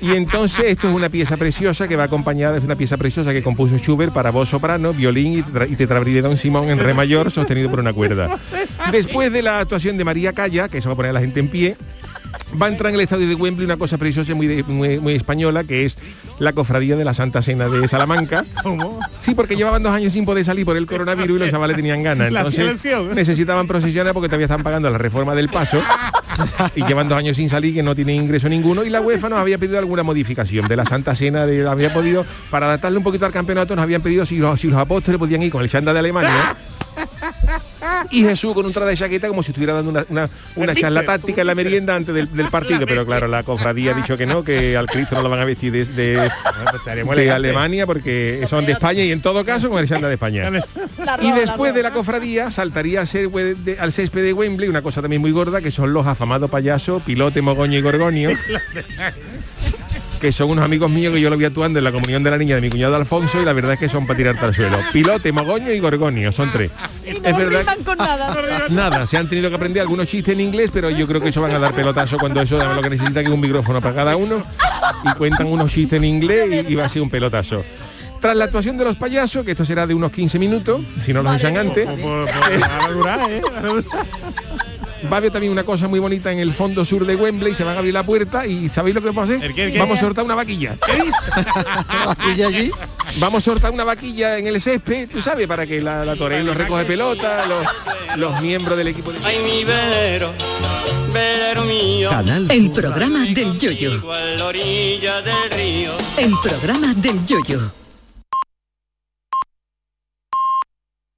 Y entonces esto es una pieza preciosa que va acompañada, es una pieza preciosa que compuso Schubert para voz soprano, violín y, tetra- y tetrabril de Don Simón en re mayor sostenido por una cuerda. Después de la actuación de María Calla, que eso va a poner a la gente en pie, va a entrar en el estadio de Wembley una cosa preciosa y muy, de- muy, muy española, que es la cofradía de la Santa Cena de Salamanca. Sí, porque llevaban dos años sin poder salir por el coronavirus y los chavales tenían ganas.
La
Entonces
selección.
necesitaban procesionar porque todavía están pagando la reforma del paso y llevan dos años sin salir que no tienen ingreso ninguno y la UEFA nos había pedido alguna modificación de la Santa Cena de había podido para adaptarle un poquito al campeonato nos habían pedido si los, si los apóstoles podían ir con el chanda de Alemania y Jesús con un traje de chaqueta como si estuviera dando una, una, una
mixer,
charla
como un
táctica en la merienda antes del, del partido pero claro la cofradía ha dicho que no que al Cristo no lo van a vestir de, de- de
elegantes.
Alemania porque son de España y en todo caso con el chanda de España y después de la cofradía saltaría al césped de, al césped de Wembley una cosa también muy gorda que son los afamados payasos pilote mogoño y gorgonio que son unos amigos míos que yo lo vi actuando en la comunión de la niña de mi cuñado Alfonso y la verdad es que son para tirarte al suelo. Pilote, mogoño y gorgonio, son tres. es verdad.
riman con nada.
Nada, se han tenido que aprender algunos chistes en inglés, pero yo creo que eso van a dar pelotazo cuando eso lo que necesita que es un micrófono para cada uno y cuentan unos chistes en inglés y, y va a ser un pelotazo. Tras la actuación de los payasos, que esto será de unos 15 minutos, si no los echan antes,
eh,
va a haber también una cosa muy bonita en el fondo sur de Wembley, se van a abrir la puerta y ¿sabéis lo que vamos a hacer?
qué, el qué?
Vamos a sortar una vaquilla. Vamos a sortar una vaquilla en el césped, tú sabes, para que la, la torre los recoge pelota, los, los miembros del equipo de...
Ay, mi velero, velero mío.
El programa del yoyo.
A la orilla del río.
El programa del yoyo.